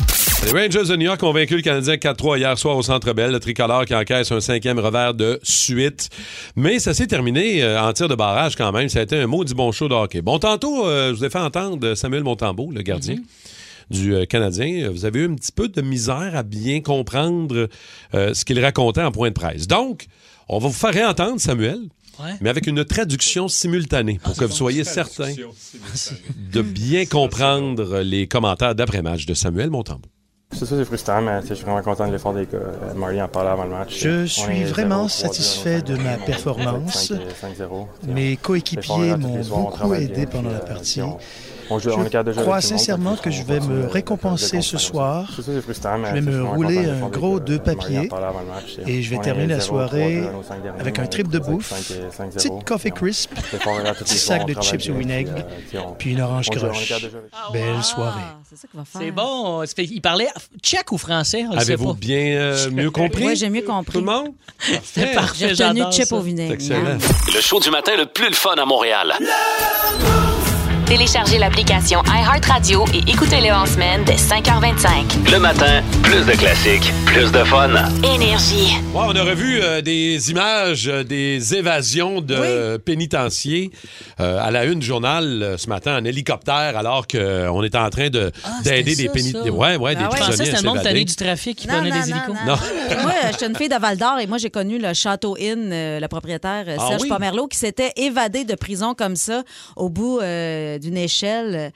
Les Rangers de New York ont vaincu le Canadien 4-3 hier soir au Centre Bell. Le tricolore qui encaisse un cinquième revers de suite. Mais ça s'est terminé euh, en tir de barrage quand même. Ça a été un maudit bon show de hockey. Bon, tantôt, euh, je vous ai fait entendre Samuel Montembeau, le gardien. Mhm. Du euh, Canadien, vous avez eu un petit peu de misère à bien comprendre euh, ce qu'il racontait en point de presse. Donc, on va vous faire entendre Samuel. mais avec une traduction simultanée Ah, pour que vous soyez certain de Hmm. bien comprendre les commentaires d'après-match de Samuel Montembeau. C'est ça, c'est frustrant, mais tu sais, je suis vraiment content de l'effort des gars. Euh, Marty en parlait avant le match. Je suis vraiment satisfait de ma performance. Mes coéquipiers m'ont beaucoup aidé pendant la euh, partie. Je crois sincèrement que euh, je vais me récompenser ce soir. Je vais me rouler un gros deux papiers et je vais terminer la soirée avec un trip de bouffe, petite coffee crisp, petit sac de chips au vinaigre, euh, puis une orange croche. Belle soirée. C'est bon. Ça fait- Il parlait tchèque ou français? On le sait Avez-vous pas. bien euh, mieux compris? Oui, j'ai mieux compris. Tout le monde? C'était parfait. J'ai retenu j'adore chip ça. au vinaigre. Excellent. Le show du matin le plus le fun à Montréal. Téléchargez l'application iHeartRadio et écoutez-le en semaine dès 5h25. Le matin, plus de classiques, plus de fun. Énergie. Ouais, on a revu euh, des images euh, des évasions de euh, pénitenciers euh, à la une journal euh, ce matin en hélicoptère alors qu'on était en train de- Ah, d'aider des pénitenciers. Ouais, ouais, des Je pensais que prisonniers à c'était le monde s'évader. tanné du trafic qui Non, prenait non, des non, hélicos. non. Moi, j'étais une fille de Val d'Or et moi, j'ai connu le Château Inn, euh, le propriétaire euh, Ah Serge oui? Pomerleau, qui s'était évadé de prison comme ça, au bout euh, d'une échelle, euh,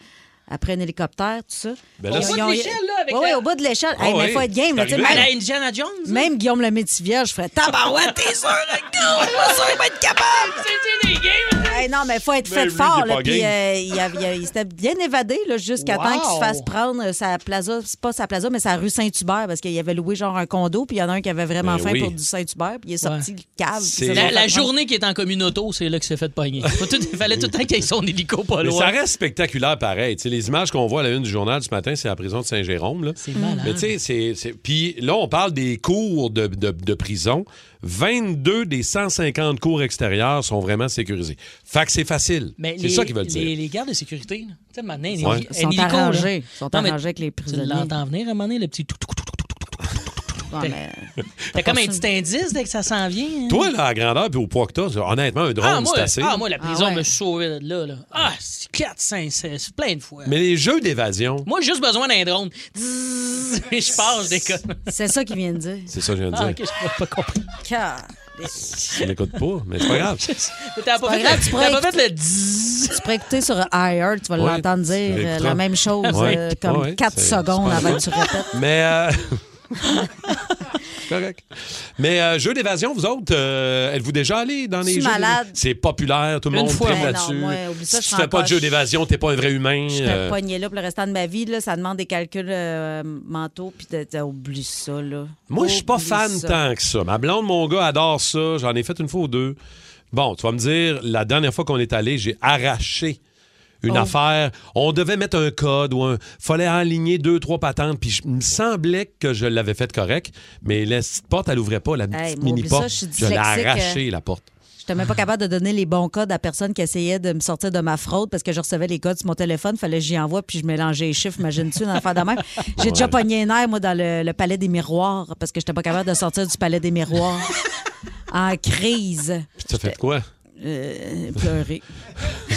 après un hélicoptère, tout ça. Ben là, Au bout de l'échelle, là, avec Oui, oui, la- au bout de l'échelle. Ah Hey, mais oui, faut être game. Là, c'est tu sais, arrivé. À même, la Indiana Jones. hein? même Guillaume le Métivier, je ferais tabarouette, t'es sûr, là, Guillaume? Je suis pas sûr qu'il va être capable. Hey, non, mais faut être Ben, fait lui, il fort. est Là, pas puis, game. euh, il, a- il a- il s'était bien évadé là, jusqu'à Wow. temps qu'il se fasse prendre euh, sa plaza, c'est pas sa plaza, mais sa rue Saint-Hubert, parce qu'il avait loué genre un condo, puis il y en a un qui avait vraiment Ben faim oui. pour du Saint-Hubert, puis il est sorti Ouais. du cave. puis C'est Ah, ça l'a la, fait la prendre. journée qui est en communauto, c'est là que s'est fait pogner. Faut tout- Il fallait tout le temps qu'il y ait son hélico pas Mais loin. ça reste spectaculaire pareil. Tu sais, les images qu'on voit à la une du journal ce matin, c'est la prison de Saint-Jérôme. là. malade. Mais tu sais, c'est- c'est- Puis là, on parle des cours de, de- de prison. 22 des 150 cours extérieurs sont vraiment sécurisés. Fait que c'est facile. Mais C'est les- ça qu'ils veulent dire. Les, les gardes de sécurité, là. tu sais, maintenant, Ouais. ils Sont arrangés. Sont arrangés avec les Tu prisonniers. l'entends venir à un moment donné, le petit tout, tout, tout, tout, tout, tout, tout, tout. T'as comme un petit indice dès que ça s'en vient. hein? Toi, là, à grandeur puis au poids que t'as, c'est- honnêtement, un drone, ah, moi, c'est assez. ah, moi, la prison Ah ouais. me sauvait de là. là. Ah, 4, 5, 6, plein de fois. Mais les jeux d'évasion, Moi, j'ai juste besoin d'un drone. Zzzz, Et je pars, je déconne. C'est ça qu'il vient de dire. c'est ça que je viens de Ah, ok, dire. je peux pas compris. Car- On n'écoute pas, mais c'est pas grave. Mais T'as pas, pas fait grave, le- tu t'as pourrais pas fait le zzzz. Tu pourrais écouter sur IR, tu Ouais, vas l'entendre tu dire euh, l'écouteras. la même chose Ouais. euh, comme Ouais, 4 c'est- secondes c'est pas avant mal. que tu répètes. Mais. euh, Correct. Mais euh, jeux d'évasion, vous autres, euh, êtes-vous déjà allés dans Je les suis jeux? malade. C'est populaire, tout le Une monde fois. tripe Mais non, là-dessus. moi, oublie si ça, je tu suis fais en pas de jeux poche. d'évasion, t'es pas un vrai humain. Je euh, te pognais là pour le restant de ma vie. Là, ça demande des calculs euh, mentaux, puis de, de- oublie ça. Là. Moi, je suis pas Oublie fan ça. tant que ça. Ma blonde, mon gars, adore ça. J'en ai fait une fois ou deux. Bon, tu vas me dire, la dernière fois qu'on est allé, j'ai arraché une Oh. affaire. On devait mettre un code ou un. fallait aligner deux, trois patentes. Puis je- il me semblait que je l'avais fait correct, mais la petite porte, elle ouvrait pas, la petite Hey, moi, oublie ça, mini-porte. je suis Je l'ai dyslexique, arraché, euh. la porte. J'étais même pas capable de donner les bons codes à personne qui essayait de me sortir de ma fraude parce que je recevais les codes sur mon téléphone. Fallait que j'y envoie puis je mélangeais les chiffres. Imagine-tu une affaire de même? J'ai déjà pogné un air, moi, dans le, le palais des miroirs parce que j'étais pas capable de sortir du palais des miroirs. en crise. Puis tu as fait quoi? Euh, pleurer.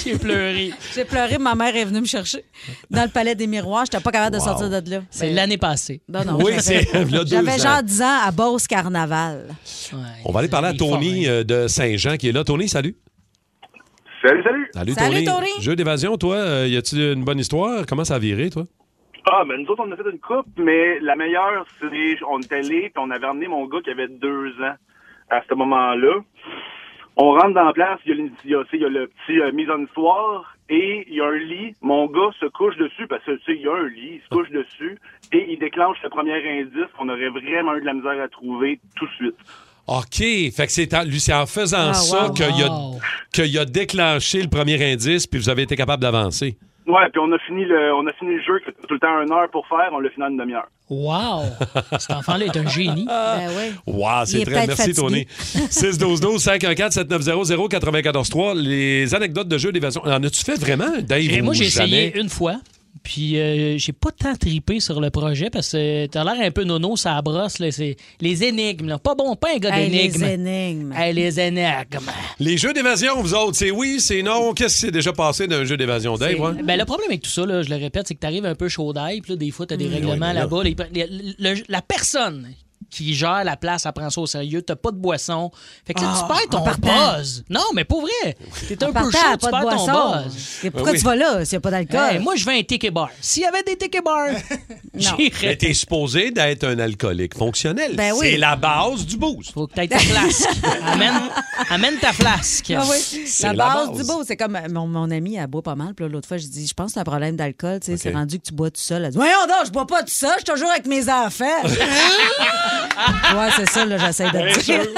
J'ai pleuré. J'ai pleuré, ma mère est venue me chercher. Dans le palais des miroirs, j'étais pas capable de Wow. sortir de là. C'est Ben, l'année passée. Non, non, Oui, j'avais- c'est- il y a deux J'avais ans. genre 10 ans à Beauce Carnaval. On va aller parler à Tony euh, de Saint-Jean qui est là. Tony, salut. Salut, salut. Salut, Salut, Tony. Tony. Jeu d'évasion, toi, euh, y a-tu une bonne histoire? Comment ça a viré, toi? Ah, ben nous autres, on a fait une coupe, mais la meilleure, c'est on est allé, puis on avait emmené mon gars qui avait deux ans à ce moment-là. On rentre dans la place, il y a, une- il y a, tu sais, il y a le petit euh, mise en histoire, et il y a un lit. Mon gars se couche dessus, parce que, tu sais, il y a un lit, il se couche dessus, et il déclenche le premier indice qu'on aurait vraiment eu de la misère à trouver tout de suite. OK. Fait que c'est en, lui, c'est en faisant Ah, ça wow. qu'il a, qu'il a déclenché le premier indice, puis vous avez été capable d'avancer. Ouais, puis on a fini le, on a fini le jeu, que tout le temps une heure pour faire, on l'a fini en une demi-heure. Wow! Cet enfant-là est un génie. Ben oui. Wow, Il c'est est très. peut-être Merci, Tony. fatigué. 612-12-514-7900-943. Les anecdotes de jeux d'évasion. En as-tu fait vraiment, Dave? Et Eh, moi, ou j'ai jamais? essayé une fois. Puis euh, j'ai pas tant tripé sur le projet parce que t'as l'air un peu nono, ça brosse. Là, c'est les énigmes, là. pas bon, pas un gars Hey, d'énigmes. les énigmes. Hey, les énigmes. Les jeux d'évasion, vous autres, c'est oui, c'est non. Qu'est-ce qui s'est déjà passé d'un jeu d'évasion, Dave? hein? Ben, le problème avec tout ça, là, je le répète, c'est que t'arrives un peu chaud d'ail, puis là, des fois, t'as des Mm. règlements Oui, mais là- là-bas. là, ils pre- le- le- la personne qui gère la place, elle prend ça au sérieux. T'as pas de boisson. Fait que là, Ah, tu perds en ton partant. buzz. Non, mais pour vrai. T'es En un peu partant, chaud, tu pas de perds ton boisson. buzz. Mais Ben pourquoi tu vas là s'il n'y a pas d'alcool? Hey, moi, je vais à un ticket bar. S'il y avait des ticket bars, Mais j'irais. t'es supposé d'être un alcoolique fonctionnel. Ben oui. C'est la base du boost. Faut que t'aies ta flasque. amène, amène ta flasque. Ah oui, La, base du beau, c'est comme euh, mon, mon ami, elle boit pas mal. Puis là, l'autre fois, je dis, je pense que c'est un problème d'alcool. Tu sais, c'est rendu que tu bois tout seul. Elle dit, voyons donc, je bois pas tout seul, je suis toujours avec mes enfants. ouais, c'est ça, là, j'essaie de Bien te dire. sûr.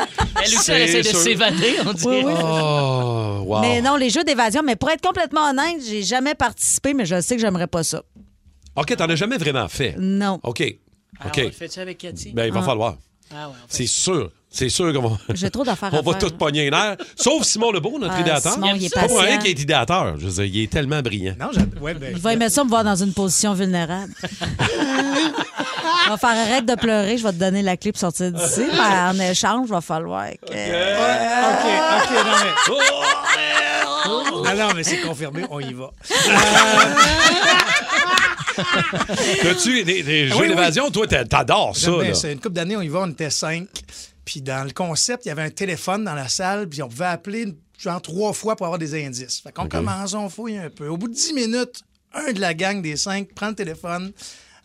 Elle aussi, elle essaie de s'évader, on dit. Oui, oui. Oh, wow. Mais non, les jeux d'évasion. Mais pour être complètement honnête, j'ai jamais participé, mais je sais que j'aimerais pas ça. OK, t'en as jamais vraiment fait. Non. OK. OK. ça avec Cathy? Ben, il va Ah. falloir. Ah ouais, C'est sûr. C'est sûr qu'on va. J'ai trop d'affaires à On va faire. tout pogner les nerfs. Sauf Simon Lebeau, notre Ah, idéateur. Simon, il est pas pour patient. rien qu'il est idéateur. Je veux dire, il est tellement brillant. Non, j'ad- ouais, ben, Je vais aimer ça me voir dans une position vulnérable. On va faire arrête de pleurer, je vais te donner la clé pour sortir d'ici. Mais en échange, il va falloir que. Euh, OK, non, mais. Oh, Ah non, mais c'est confirmé, on y va. As-tu des, des jeux Ah oui. d'évasion? Toi, t'a- t'adores ça. J'aime bien là. ça. ben, Une couple d'années, on y va, on était cinq. Puis dans le concept, il y avait un téléphone dans la salle, puis on pouvait appeler genre trois fois pour avoir des indices. Fait qu'on OK. commence, on fouille un peu. Au bout de dix minutes, un de la gang des cinq prend le téléphone,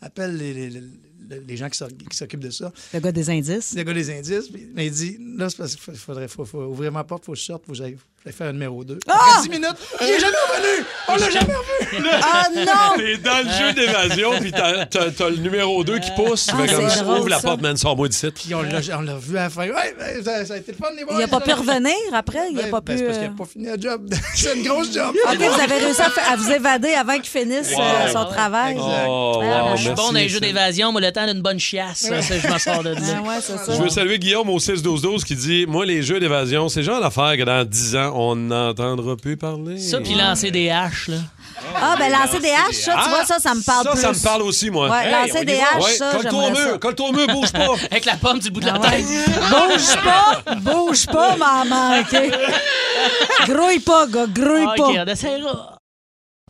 appelle les, les- les- les gens qui s'or- qui s'occupent de ça. Le gars des indices. Le gars des indices, puis mais il dit là, c'est parce qu'il faudrait faut, faut ouvrir ma porte, faut que je sorte, faut que j'aille j'aille faire un numéro 2. Après 10 minutes, il est jamais revenu! On l'a jamais revu! Ah non! T'es dans le jeu d'évasion, puis t'as, t'as- t'as le numéro 2 qui pousse. Ah, Fait comme c'est ça, drôle, ouvre la ça. porte, man, sors-moi d'ici. Puis on l'a, on l'a vu à la fin. Ouais, ben, ça, ça a été le fun, les boys. Il a pas pu revenir après? Il a Ben, pas ben, pu. c'est parce qu'il euh, a pas fini la job. c'est une grosse job. OK, vous avez réussi à, fa- à vous évader avant qu'il finisse Wow. euh, son travail. Oh, Ah, wow, je suis bon merci. dans les jeux d'évasion, mais le temps d'une bonne chiasse, ça, ça, je m'en sors de là. Ah ouais, c'est ça. Je veux saluer Guillaume au 6-12-12 qui dit Moi, les jeux d'évasion, c'est genre l'affaire que dans 10 ans, on n'entendra plus parler. Ça, puis lancer des haches, là. Ah, ben lancer des haches, ça, tu Ah, vois, ça, ça me parle ça, plus. ça me parle aussi, moi. Ouais, Hey, Ben, on lancer y des va. haches, Ouais, ça, colle-toi au j'aimerais mur, ça. colle-toi au mur, bouge pas. Avec la pomme du bout de la Ah ouais. tête. Bouge pas, bouge pas, maman, OK? Grouille pas, gars, grouille Ok, pas. on essaiera.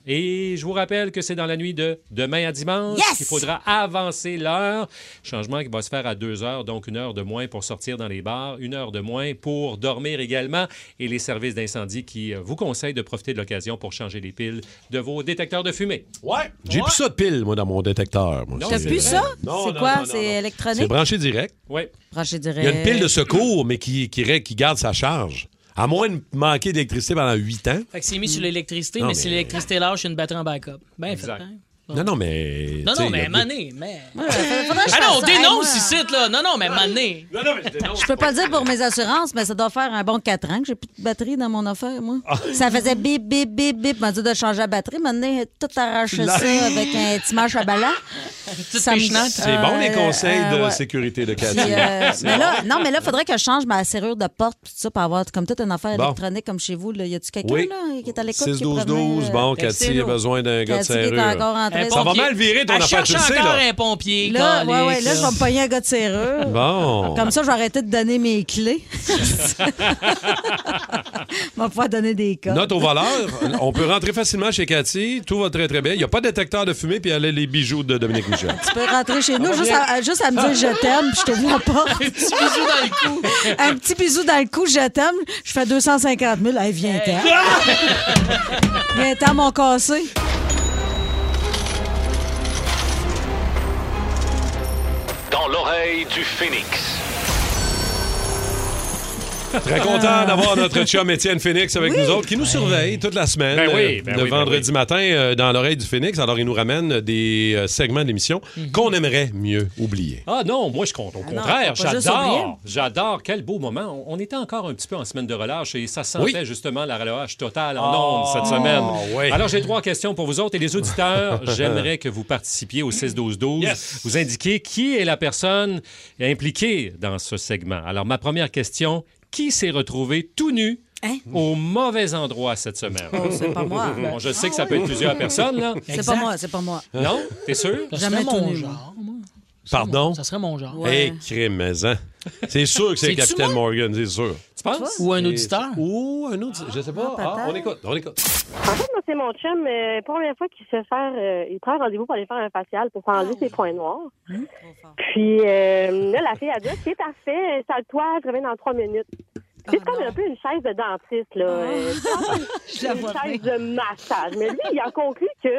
Et je vous rappelle que c'est dans la nuit de demain à dimanche Yes! qu'il faudra avancer l'heure. Changement qui va se faire à deux heures, donc une heure de moins pour sortir dans les bars, une heure de moins pour dormir également. Et les services d'incendie qui euh, vous conseillent de profiter de l'occasion pour changer les piles de vos détecteurs de fumée. Ouais! J'ai plus ça de pile, moi, dans mon détecteur. moi. T'as C'est- plus ça? Non, C'est non, quoi? non, non, C'est non. électronique? C'est branché direct. Oui. Branché Il direct. y a une pile de secours, mais qui, qui, ré- qui garde sa charge. À moins de manquer d'électricité pendant 8 ans. Fait que c'est mis sur l'électricité, Non, mais, mais- si l'électricité lâche, il y a une batterie en backup. Ben fait, hein? Non, non, mais. Non, tu sais, il non, y mais a- mané, mais. faudrait que je Ah fasse non, ça. Hey, dénonce moi, ici, là. Non, non, mais mané. Non, non, mais je dénonce. Je peux pas le dire pour mes assurances, mais ça doit faire un bon 4 ans que j'ai plus de batterie dans mon affaire, moi. Ah. Ça faisait bip, bip, bip, bip. m'a dit de changer la batterie. Maintenant, j'ai tout arraché ça Là. avec un petit manche à ballon. Ça me- C'est bon, les Euh, conseils euh, de ouais. sécurité de Puis, Cathy. euh, C'est mais bon. là, non, mais là, il faudrait que je change ma serrure de porte puis tout ça pour avoir comme toute une affaire Bon. électronique comme chez vous. Là. Y a-tu quelqu'un Oui. là, qui est à l'écoute? 6 qui 12 promet, 12 bon, euh, Cathy ben, a besoin d'un gars de Cathy qui est serrure. encore en train de- Ça va mal virer ton Elle affaire, cherche tu le sais, encore là. un pompier, Là, calique, ouais, ouais, là, je vais me pogner un gars de serrure. Bon. Comme ça, je vais arrêter de donner mes clés. On va pouvoir donner des codes. Note au voleur, on peut rentrer facilement chez Cathy, tout va très très bien. Il n'y a pas de détecteur de fumée, puis elle a les bijoux de Dominique Michel. Tu peux rentrer chez nous va juste bien. à, juste à me dire je t'aime, puis je te vois pas. Un petit bisou dans le cou. Un petit bisou dans le cou, je t'aime. Je fais 250 000. Hey, viens t'en. viens t'en, mon cassé. Dans l'oreille du phénix. Très content d'avoir notre chum Étienne Phoenix avec nous autres, qui nous surveille toute la semaine, Ben Ah. oui, euh, ben le oui, ben vendredi matin, euh, dans l'oreille du Phoenix. Alors, il nous ramène euh, des euh, segments de l'émission qu'on aimerait mieux oublier. Mhm. Ah non, moi je compte. Au non, contraire, faut pas juste oublier. j'adore. J'adore. Quel beau moment. On on était encore un petit peu en semaine de relâche et ça sentait Oui. justement la relâche totale en Oh, ondes cette semaine. oui. Alors j'ai trois questions pour vous autres et les auditeurs. J'aimerais que vous participiez au 6-12-12. Vous indiquez qui est la personne impliquée dans ce segment. Alors ma première question, qui s'est retrouvé tout nu au mauvais endroit cette semaine? Hein? Oh, c'est pas moi. Bon, je sais que ça peut être plusieurs personnes. là. C'est pas moi, c'est pas moi. Non? T'es sûr? Jamais mon tout nu. Pardon? Ça serait mon genre. Hey, crime, mais, hein. C'est sûr que c'est C'est-tu Capitaine Morgan, c'est sûr. Tu penses? Ou un Et- auditeur? Ou un auditeur. Je sais pas. Ah, Ah, on peut-être. écoute, on écoute. En fait, moi, c'est mon chum. euh, première fois qu'il se fait faire. euh, il prend rendez-vous pour aller faire un facial pour s'enlever ses points noirs. Puis euh, là, la fille a dit C'est parfait, installe-toi, je reviens dans trois minutes. C'est comme un peu une chaise de dentiste, là. euh, la une vois chaise de massage. Mais lui, il a conclu que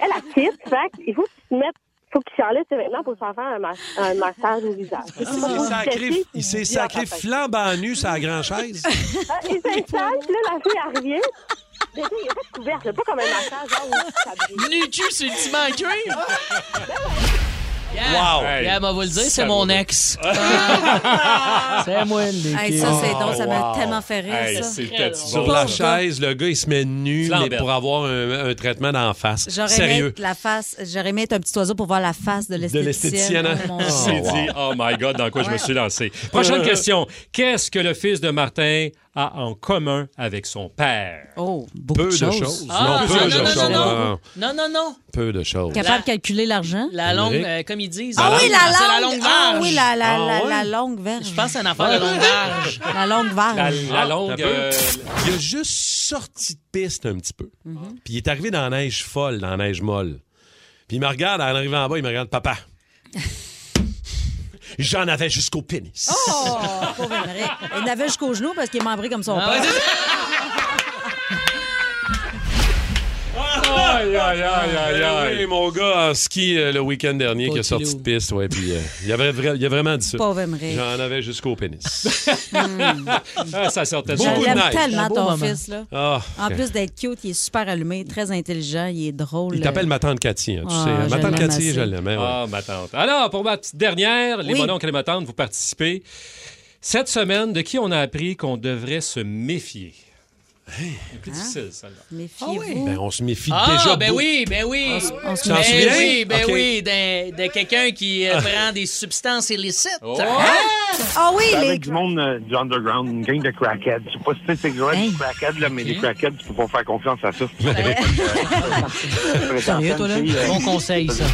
elle a quitte, fait qu'il faut qu'il se mette. Faut qu'il s'enlève ses vêtements pour s'en faire un, mas- un massage au visage. Il s'est sacré, il s'est sacré flambant nu sur la grande chaise. Ah, Il s'installe, puis là, la fille, elle revient. Mais tu sais, il est pas couvert, là, pas comme un massage. Hein, où ça brille. Ah Nu cul sur le divan cuir. Wow! Yeah, ben, on va le dire, c'est Ça mon va. ex. Ah. c'est moi, le Hey, ça, c'est donc, ça Oh, m'a tellement fait rire, Hey, ça. c'était du Sur bon. la chaise, le gars, il se met nu, mais Flambette. pour avoir un, un traitement d'en face. J'aurais aimé Sérieux. être la face, j'aurais aimé être un petit oiseau pour voir la face de De l'esthéticienne. l'esthéticienne. hein. Ah. Oh, mon Je me Dieu. suis hein? dit, oh my God, dans quoi je me suis lancé. Prochaine question. Qu'est-ce que le fils de Martin a en commun avec son père? Oh, beaucoup Peu de de choses. choses. Ah, Non, peu non, de non, non, choses. Ah. non, non, non, non. Peu de choses. Capable de calculer l'argent? La longue, euh, comme ils disent. Ah oui, la c'est longue! la longue Ah verge. oui, la, la, Ah la, ouais? la longue verge. Je pense à un affaire de longue verge. La longue La, verge. la longue. t'as euh, peu. il a juste sorti de piste un petit peu. Mhm. Puis il est arrivé dans la neige folle, dans la neige molle. Puis il me regarde, en arrivant en bas, il me regarde, papa. J'en avais jusqu'au pénis. Oh, pauvre Émeric. Il n'avait jusqu'aux genoux parce qu'il est membré comme son père. Aïe, aïe, aïe, Ben aïe, Eh oui, aïe. mon gars en ski euh, le week-end dernier qui a sorti de piste, ouais, puis euh, il, avait vra- il a vraiment dit ça. Pauvre Émeric. J'en avais jusqu'au pénis. Ah, ça sortait Je Beaucoup de l'aime neige. tellement, Un beau ton moment. fils. Là. Ah, En ok. plus d'être cute, il est super allumé, très intelligent, il est drôle. Il t'appelle ma tante Cathy, hein, tu Ah, sais. hein. je Ma tante l'aime Cathy, assez. je l'aime. hein, ouais. Ah, ma tante. Alors, pour ma petite dernière, les Oui. mononcles et ma tante, vous participez. Cette semaine, de qui on a appris qu'on devrait se méfier? C'est plus difficile, celle-là. Méfiez-vous. Ben, on se méfie Ah, déjà ben beaucoup. oui, ben oui. on se ben souvient? oui, ben Ok. Ah. oui, d'un- de, quelqu'un qui euh, prend des substances illicites. Oh. Ah oui, C'est les- avec du monde euh, du underground, une gang de crackheads. Je sais pas si tu sais, c'est exact des crackheads, là, mais les crackheads, tu peux pas faire confiance à ça. Sérieux, toi, là? euh, Bon conseil, ça.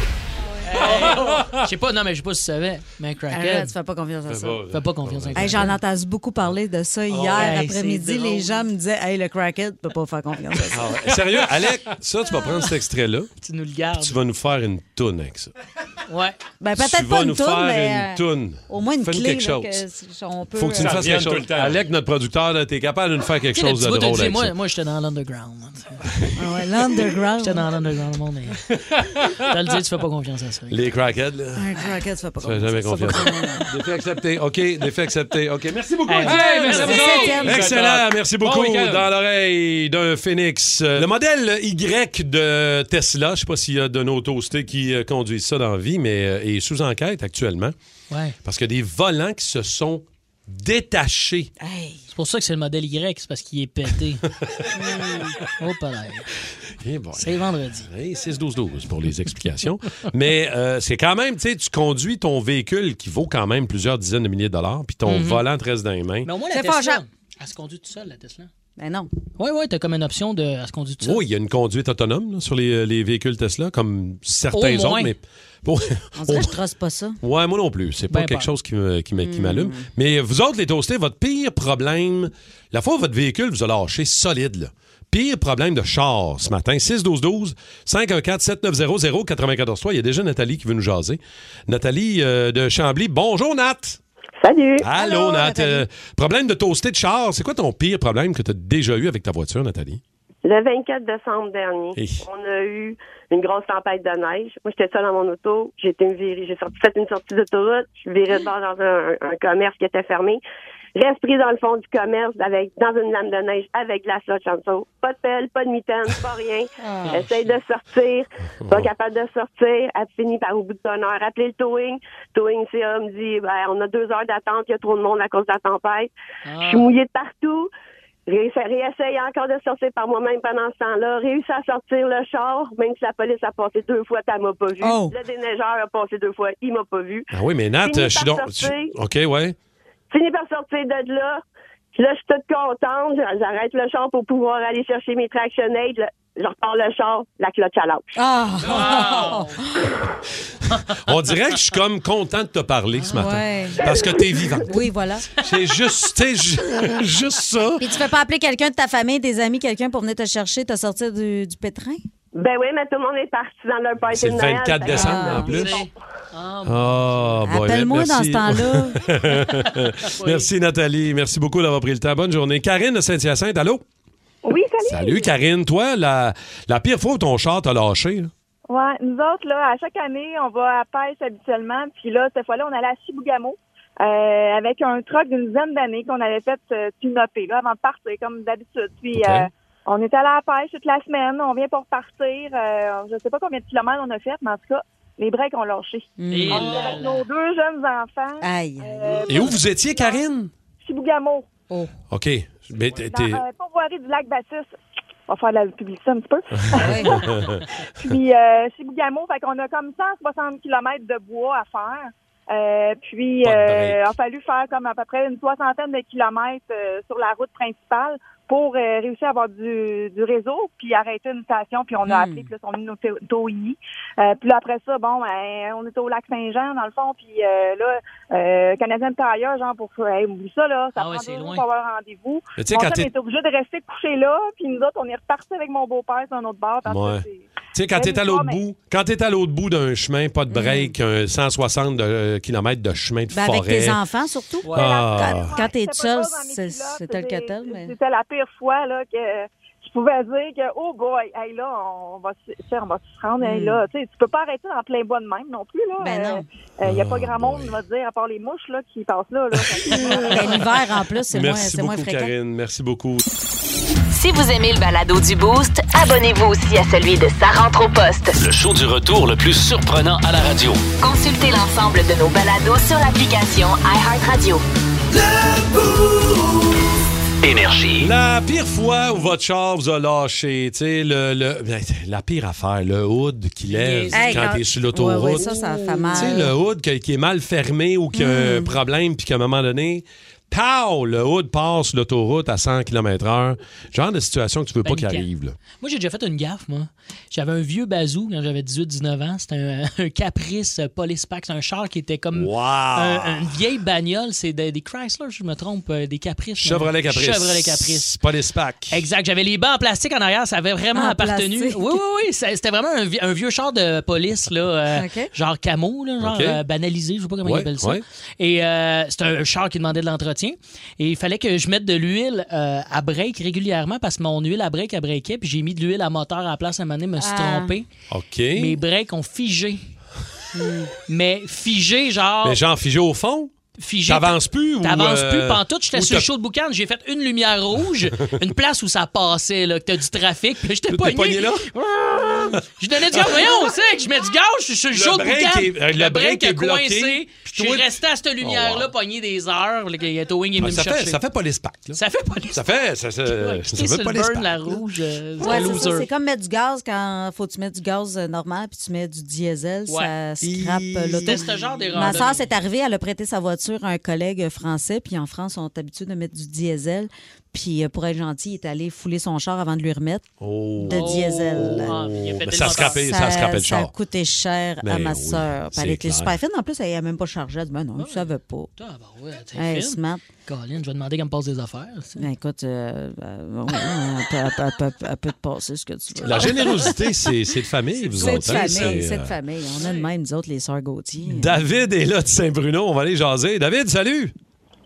Hey, Je sais pas, non, mais je sais pas si tu savais, mais un Arrête, crackhead. tu fais pas confiance à Fais ça. pas- Fais pas confiance à un Hey, crackhead. J'en entends beaucoup parler de Oh, ça hier hey, c'est après-midi. drôle. Les gens me disaient Hey, le crackhead, tu peux pas faire confiance à ça. Ah ouais. Sérieux, Alec, ça, tu vas prendre cet extrait-là. Tu nous le gardes. Tu vas nous faire une toune avec ça. Ouais. Ben, tu peut-être vas pas nous une toune, faire mais. une euh, toune. Au moins une Fais-nous clé. quelque là, chose. que si on peut, Faut que tu euh, nous fasses quelque revient tout chose. le temps. Alec, notre producteur, là, t'es capable de nous faire quelque Tu sais, le chose petit de bout, drôle t'as dit, avec ça. moi, moi j'étais dans l'underground. Ah ouais, l'underground. J'étais dans l'underground, mon nez. T'as le dit, tu fais pas confiance à ça. Les crackheads, là. Un crackhead, tu fais pas Tu fais confiance. jamais confiance. Défait accepté. OK, défait accepté. OK, merci beaucoup. Hey, Hey, merci merci à vous beaucoup. autres. Excellent, merci beaucoup. Bon week-end. Dans l'oreille d'un phénix. Euh, Le modèle Y de Tesla, je ne sais pas s'il y a de nos toastés qui euh, conduisent ça dans la vie, mais euh, est sous enquête actuellement. Ouais. Parce que des volants qui se sont détachés. C'est pour ça que c'est le modèle Y, c'est parce qu'il est pété. oh, pas l'air. Eh C'est vendredi. 6-12-12 pour les explications. Mais euh, c'est quand même, tu sais, tu conduis ton véhicule qui vaut quand même plusieurs dizaines de milliers de dollars, puis ton Mhm. volant te reste dans les mains. Mais au moins, C'est la Tesla, fâchant. elle se conduit toute seule, la Tesla. Ben non. Ouais, ouais, t'as comme une option de. Elle se conduit toute seule. Oui, il y a une conduite autonome là, sur les, euh, les véhicules Tesla, comme certains Au moins. autres, mais. Bon, On dirait que je trosse pas ça. Ouais, moi non plus. C'est pas Ben quelque peur. chose qui me- qui me- qui m'allume. Mais vous autres, les toastés, votre pire problème, la fois où votre véhicule vous a lâché solide, là. Pire problème de char ce matin, 6-12-12, 514-7900-943. Il y a déjà Nathalie qui veut nous jaser. Nathalie euh, de Chambly. Bonjour, Nat! Salut! Allô, Nat! Euh, problème de toasté de char, c'est quoi ton pire problème que tu as déjà eu avec ta voiture, Nathalie? Le 24 décembre dernier, Hey. on a eu une grosse tempête de neige. Moi, j'étais seule dans mon auto. J'ai été me virer. J'ai sorti- fait une sortie d'autoroute. Je suis virée de bord dans un, un commerce qui était fermé. Reste pris dans le fond du commerce avec dans une lame de neige avec de la slotch en dessous. Pas de pelle, pas de mitaine, pas rien. Ah. Essaye de sortir. Pas capable de sortir. Elle finit par au bout de bonne heure. Appeler le towing. Towing, c'est là, me dit, ben, on a deux heures d'attente. Il y a trop de monde à cause de la tempête. Je suis mouillée de partout. Ré- Réessaye encore de sortir par moi-même pendant ce temps-là. Réussis à sortir le char, même si la police a passé deux fois, t'as m'a pas vu. Oh. Le déneigeur a passé deux fois, il m'a pas vu. Ah oui, mais Nat, Fini je suis par donc. sortir. tu- OK, ouais. Fini par sortir de là. Puis Là, je suis toute contente. J'arrête le char pour pouvoir aller chercher mes traction aids. je repars le char, la cloche à l'âge. Ah! On dirait que je suis comme content de te parler ce matin. Ah Ouais. Parce que t'es vivant. Oui, voilà. C'est juste, t'es ju- juste ça. Puis tu peux pas appeler quelqu'un de ta famille, des amis, quelqu'un pour venir te chercher, te sortir du, du pétrin? Ben oui, mais tout le monde est parti dans leur party C'est le de Noël, 24 fait que- euh, décembre en plus. Oh, boy, Appelle-moi dans merci. ce temps-là. merci Nathalie, merci beaucoup d'avoir pris le temps. Bonne journée. Karine de Saint-Hyacinthe, allô? Oui, salut. Salut Karine, toi, la, la pire fois où ton char t'a lâché. là. Ouais, nous autres, là, à chaque année, on va à Pêche habituellement. Puis là, cette fois-là, on allait à Chibougamau euh, avec un truck d'une dizaine d'années qu'on avait fait euh, pinoper, là, avant de partir, comme d'habitude. Puis OK. euh, on est allé à la pêche toute la semaine. On vient pour partir. Euh, je sais pas combien de kilomètres on a fait, mais en tout cas, les breaks ont lâché. Et On était là avec nos deux jeunes enfants. euh, Aïe. Et où vous étiez, Karine? Chibougamau. OK. Mais t'es- Dans t'es- euh, Pourvoirie du lac Baptiste. On va faire de la publicité un petit peu. Puis euh, chez Bougamo, fait qu'on a comme 160 km de bois à faire. Euh, puis, Pas de euh, break. a fallu faire comme à peu près une soixantaine de kilomètres euh, sur la route principale pour euh, réussir à avoir du, du réseau, puis arrêter une station, puis on a Hmm. appelé, puis là, ils sont venus nous to- towiller. Euh, puis là, après ça, bon, ben, on était au lac Saint-Jean, dans le fond, puis euh, là, euh, Canadien de Tailleur, genre, pour... Hey, oublie ça, là, ça Ah ouais, prend c'est deux loin. jours pour avoir rendez-vous. Mais tu sais, Mon quand chum t'es- était obligé de rester couché là, puis nous autres, on est repartis avec mon beau-père sur un autre bar, parce que Ouais. c'est- Tu sais, quand Même t'es à l'autre pas, mais- bout, quand t'es à l'autre bout d'un chemin, pas de break, un 160 de, km de chemin de Mm. Ben, forêt. avec tes enfants, surtout. Ah. Quand, quand t'es seul, c'est c'est tel que tel, mais... C'était la pire fois là, que je pouvais dire que, oh boy, hey, là, on va se, tu sais, on va se rendre. hey, Mm. là. Tu sais, tu peux pas arrêter dans plein bois de même non plus. là. Hmm. Ben non. Il n'y a pas grand monde, on va dire, à part les mouches là, qui passent là. là. Ben, L'hiver, en plus, c'est moins, Merci c'est moins beaucoup, fréquent. Karine. Merci beaucoup. Si vous aimez le balado du Boost, abonnez-vous aussi à celui de Sa rentre au poste. Le show du retour le plus surprenant à la radio. Consultez l'ensemble de nos balados sur l'application iHeartRadio. Énergie. La pire fois où votre char vous a lâché, tu sais, le, le- ben, la pire affaire, le hood qui lève Hey, Eh, quand quand- t'es sur l'autoroute. Ouais, ouais, ça, ça fait mal. Tu sais, le hood que- qui est mal fermé ou qui a un problème, puis qu'à un moment donné, pow, le hood passe sur l'autoroute à 100 km/h. Genre de situation que tu veux pas qu'il Paniquant. arrive. là. Moi, j'ai déjà fait une gaffe, moi. J'avais un vieux bazou quand j'avais 18-19 ans. C'était un, un Caprice Police Pack. C'est un char qui était comme un- une vieille bagnole. C'est des, des Chrysler, je me trompe, euh, des Caprice. Chevrolet Caprice. Chevrolet Caprice. Pas les SPAC. Exact. J'avais les bancs en plastique en arrière. Ça avait vraiment Ah, en appartenu. plastique. Oui, oui, oui. ça- C'était vraiment un, vie- un vieux char de police, là, euh, genre camo, là, genre OK. euh, banalisé, je sais pas comment Ouais, ils appellent ça. ouais. Et euh, c'était un char qui demandait de l'entretien. Et il fallait que je mette de l'huile euh, à break régulièrement parce que mon huile à break, elle breakait. Puis j'ai mis de l'huile à moteur à la place à un moment donné, me suis Ah. trompé. OK. Mes breaks ont figé. Hmm. Mais figé, genre. Mais genre figé au fond? T'avances plus ou, T'avances euh, plus, pantoute. J'étais ou sur le t'as- show de boucan, j'ai fait une lumière rouge, une place où ça passait, là, que t'as du trafic, puis j'étais pogné. pogné là? Je donnais du gaz, voyons, c'est que je mets du gaz, je suis sur le, Le show de break boucan. est- euh, le break a est bloqué, coincé. puis Je toi, suis tu- resté à cette lumière-là, pogné des heures, le gars, Towing est Ah, venu ça, me chercher. fait, ça fait pas les SPAC. là. Ça fait pas les Ça fait, ça, ça- ça Quitter fait sur pas le les burn, SPAC. la rouge, euh, Ouais, c'était c'est ça, loser. c'est comme mettre du gaz quand faut que tu mettes du gaz euh, normal puis tu mets du diesel, Ouais. ça scrape euh, l'auto. C'était ce genre d'erreur-là. Ma soeur s'est arrivée, elle a prêté sa voiture à un collègue euh, français, puis en France, on est habitué de mettre du diesel. Puis euh, pour être gentil, il est allé fouler son char avant de lui remettre de diesel. Ah, Oh. Mais ça a scrappé, ça a scrappé le Ah, ça a char. coûté cher à Ben ma oui, soeur. Puis c'est elle était clair. super fine. En plus, elle n'a même pas chargé. Elle dit, ben non, je ne savais pas. Ah, bah t'es Hey, fine. smart. Colin, je vais demander qu'elle me passe des affaires. Ben écoute, euh, euh, ouais, elle peut- elle peut- elle peut- elle peut te passer ce que tu veux. La générosité, c'est c'est de famille, vous C'est de autres, hein, famille, c'est, c'est euh, Mm. de famille. On a de même, nous autres, les sœurs Gauthier. David est là de Saint-Bruno. On va aller jaser. David, salut!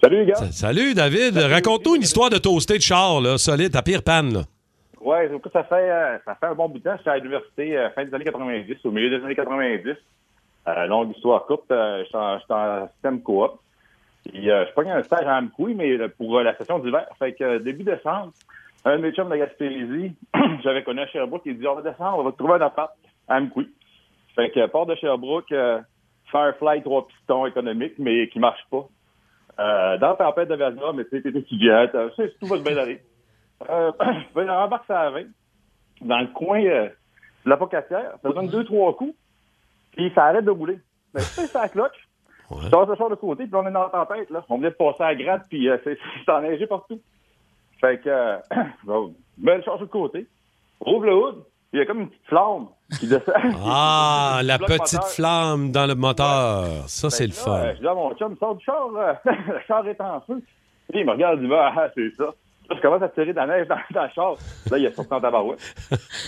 Salut, les gars! salut, David. Raconte-nous une histoire de toasté de char, là, solide, ta pire panne. Là. Oui, ça fait, euh, ça fait un bon bout de temps. J'étais à l'université euh, fin des années 90, au milieu des années 90. Euh, longue histoire courte, euh, j'étais en, j'étais en système coop. Puis euh, je prenais un stage à Amkoui, mais euh, pour euh, la session d'hiver. Fait que euh, début décembre, un de mes chums de Gaspésie, j'avais connu à Sherbrooke, il dit « On va descendre, on va te trouver un appart à Amkoui. » Fait que euh, port de Sherbrooke, euh, Firefly, trois pistons économiques, mais qui marche pas. Euh, dans la tempête de Vazna, mais tu sais, t'es étudiant, t'as- tu sais, tout va bien aller. Euh, ben, j'embarque sur la 20, dans le coin euh, de la Pocassière. Ça donne deux, trois coups, puis ça arrête de rouler. Ben, tu sais, c'est la cloche. Je sors ce soir de côté, puis on est dans la tempête. Là. On venait de passer à la gratte, puis euh, c'est c'est enneigé partout. Fait que, euh, bon, ben, je sors sur le côté. Ouvre le hood, il y a comme une petite flamme qui descend. Ah, la Bloc petite moteur. flamme dans le moteur. Ça, c'est le Là, fun. euh, je dis à mon chum, sors du char, là. le char est en feu. Puis il me regarde, il dit, ah, c'est ça. Là, je commence à tirer dans la neige dans, dans le char. Là, il est sorti en tabarouette.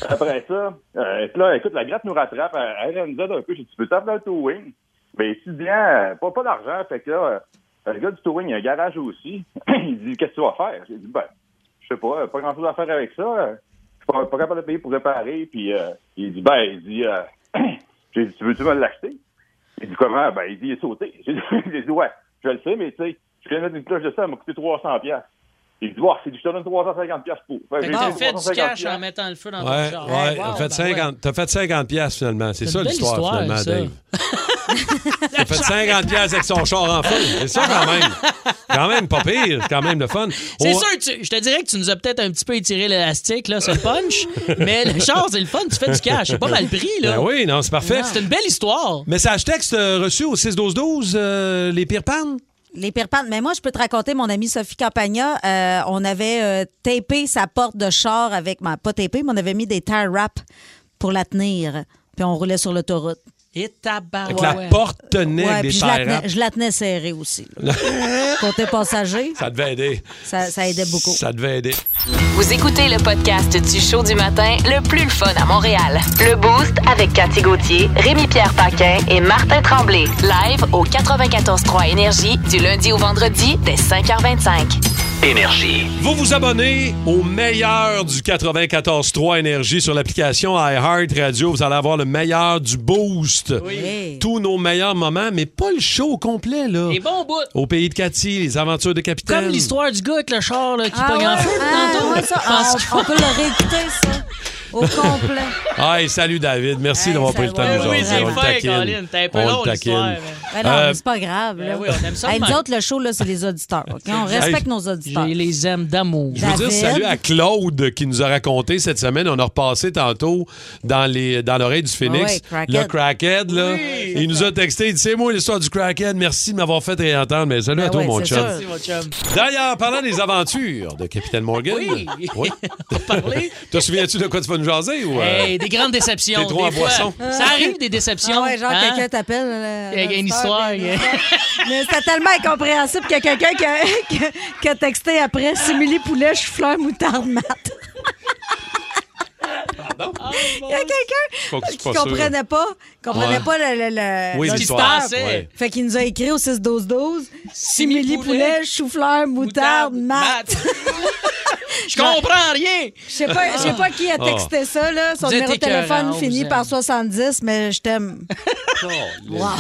Après ça, euh, puis là, écoute, la gratte nous rattrape. Euh, Elle, elle nous aide un peu. J'ai dit, tu peux taper dans le towing. Mais étudiant, euh, pas, pas d'argent. Fait que là, euh, le gars du towing, il a un garage aussi. il dit, qu'est-ce que tu vas faire? J'ai dit, ben, je sais pas, pas grand-chose à faire avec ça. Euh, Je suis pas, pas capable de payer pour réparer. Puis euh, il dit, ben, il dit, euh, j'ai dit, tu veux-tu me l'acheter? Il dit comment? Ben, il dit, il est sauté. J'ai dit, j'ai dit, ouais, je le sais, mais tu sais, je viens de mettre une cloche de ça, elle m'a coûté 300 piastres. Il dit, ouais, c'est du je te donne 350 piastres pour. Fait Fait que j'ai que t'as pris fait du 350 cash hein. piastres. en mettant le feu dans Ouais, ton char. bah ouais, Wow, t'as ben fait 50, t'as fait 50 piastres finalement. C'est C'est ça une belle l'histoire histoire, finalement, ça. Dave. t'as fait 50 piastres avec son char en feu. C'est ça quand même. Quand même pas pire, c'est quand même le fun. C'est On- sûr, tu- je te dirais que tu nous as peut-être un petit peu étiré l'élastique, là, sur le punch, mais le char, c'est le fun, tu fais du cash. C'est pas mal pris, là. Ben oui, non, c'est parfait. C'est une belle histoire. Message texte euh, reçu au 6-12-12, euh, les pires pannes. Les pires pannes. Mais moi, je peux te raconter, mon amie Sophie Campagna, euh, on avait euh, tapé sa porte de char avec, ben, pas tapé, mais on avait mis des tire wraps pour la tenir. Puis on roulait sur l'autoroute. Et Fait que la porte tenait avec des puis je la, tire tenais, wraps. je la tenais serrée aussi. là. Côté passager, Ça devait aider. ça, ça aidait beaucoup. Ça devait aider. Vous écoutez le podcast du show du matin le plus le fun à Montréal. Le Boost avec Cathy Gauthier, Rémi-Pierre Paquin et Martin Tremblay. Live au 94.3 Énergie du lundi au vendredi dès 5h25. Énergie. Vous vous abonnez au meilleur du 94.3 Énergie sur l'application iHeart Radio. Vous allez avoir le meilleur du boost. Tous nos meilleurs moments, mais pas le show au complet, là. Les bons bouts. Au pays de Cathy, les aventures de Capitaine. Comme l'histoire du gars avec le char là, qui Ah pogne en ouais? feu Ah, tantôt. ouais, ça, Parce on- qu'il on peut le réécouter, ça, au complet. Hey, salut David. Merci d'avoir pris le temps de nous Oui, autres. c'est On le fin, taquine. Colin. T'es un peu On le long, taquine. l'histoire, Ben non, Euh, mais c'est pas grave. là. oui, on aime ça de Hey, nous même. autres, le show, là, c'est les auditeurs. ok? On respecte nos auditeurs. Je les aime d'amour. Je veux dire salut à Claude qui nous a raconté cette semaine. On a repassé tantôt dans les dans l'oreille du Phoenix Ouais, crackhead. le crackhead là. il nous a texté. Il dit c'est moi l'histoire du crackhead. Merci de m'avoir fait réentendre. Mais Ben salut à toi mon chum. Merci, mon chum. D'ailleurs, parlant des aventures de Capitaine Morgan. Oui. On parlait. Te souviens-tu de quoi tu vas nous jaser ou euh? Hey, des grandes déceptions. T'es trop en des fois. boisson. Ça arrive des déceptions. Ah ouais, genre, hein? quelqu'un t'appelle. euh, ben, là, Il y a une histoire. il y a- Mais c'était tellement incompréhensible qu'il y a quelqu'un qui a, qui a- qui a texté après Simili Poulet, je suis fleur moutarde mat. Il y a Faut que quelqu'un je suis qui pas sûr. comprenait pas, comprenait Ouais. pas le, le- le- Oui, le- l'histoire. l'histoire. Ouais. Fait qu'il nous a écrit au 6-12-12 Simili Poulet, chou-fleur, moutarde, mat. Je comprends rien. Je sais pas, je sais pas qui a Ah. texté ça, là. Son Vous êtes numéro de téléphone écœurant, finit vous par aime. 70, mais je t'aime.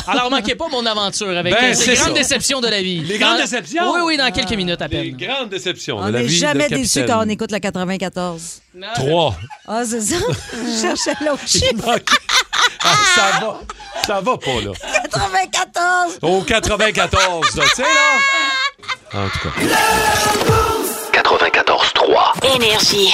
Alors, manquez pas mon aventure avec Ben, euh, c'est ces grandes ça. déceptions de la vie. Les grandes Dans- déceptions? Ah, Oui, oui, dans quelques minutes à peine. Grande déception. On de la n'est vie jamais de déçu Capitaine. quand on écoute la 94. Trois. Ah, c'est ça? Je cherchais l'autre chiffre. Ah, ça va. Ça va pas là. 94! Au 94, là, tu sais là. En tout cas. 94.3. Énergie.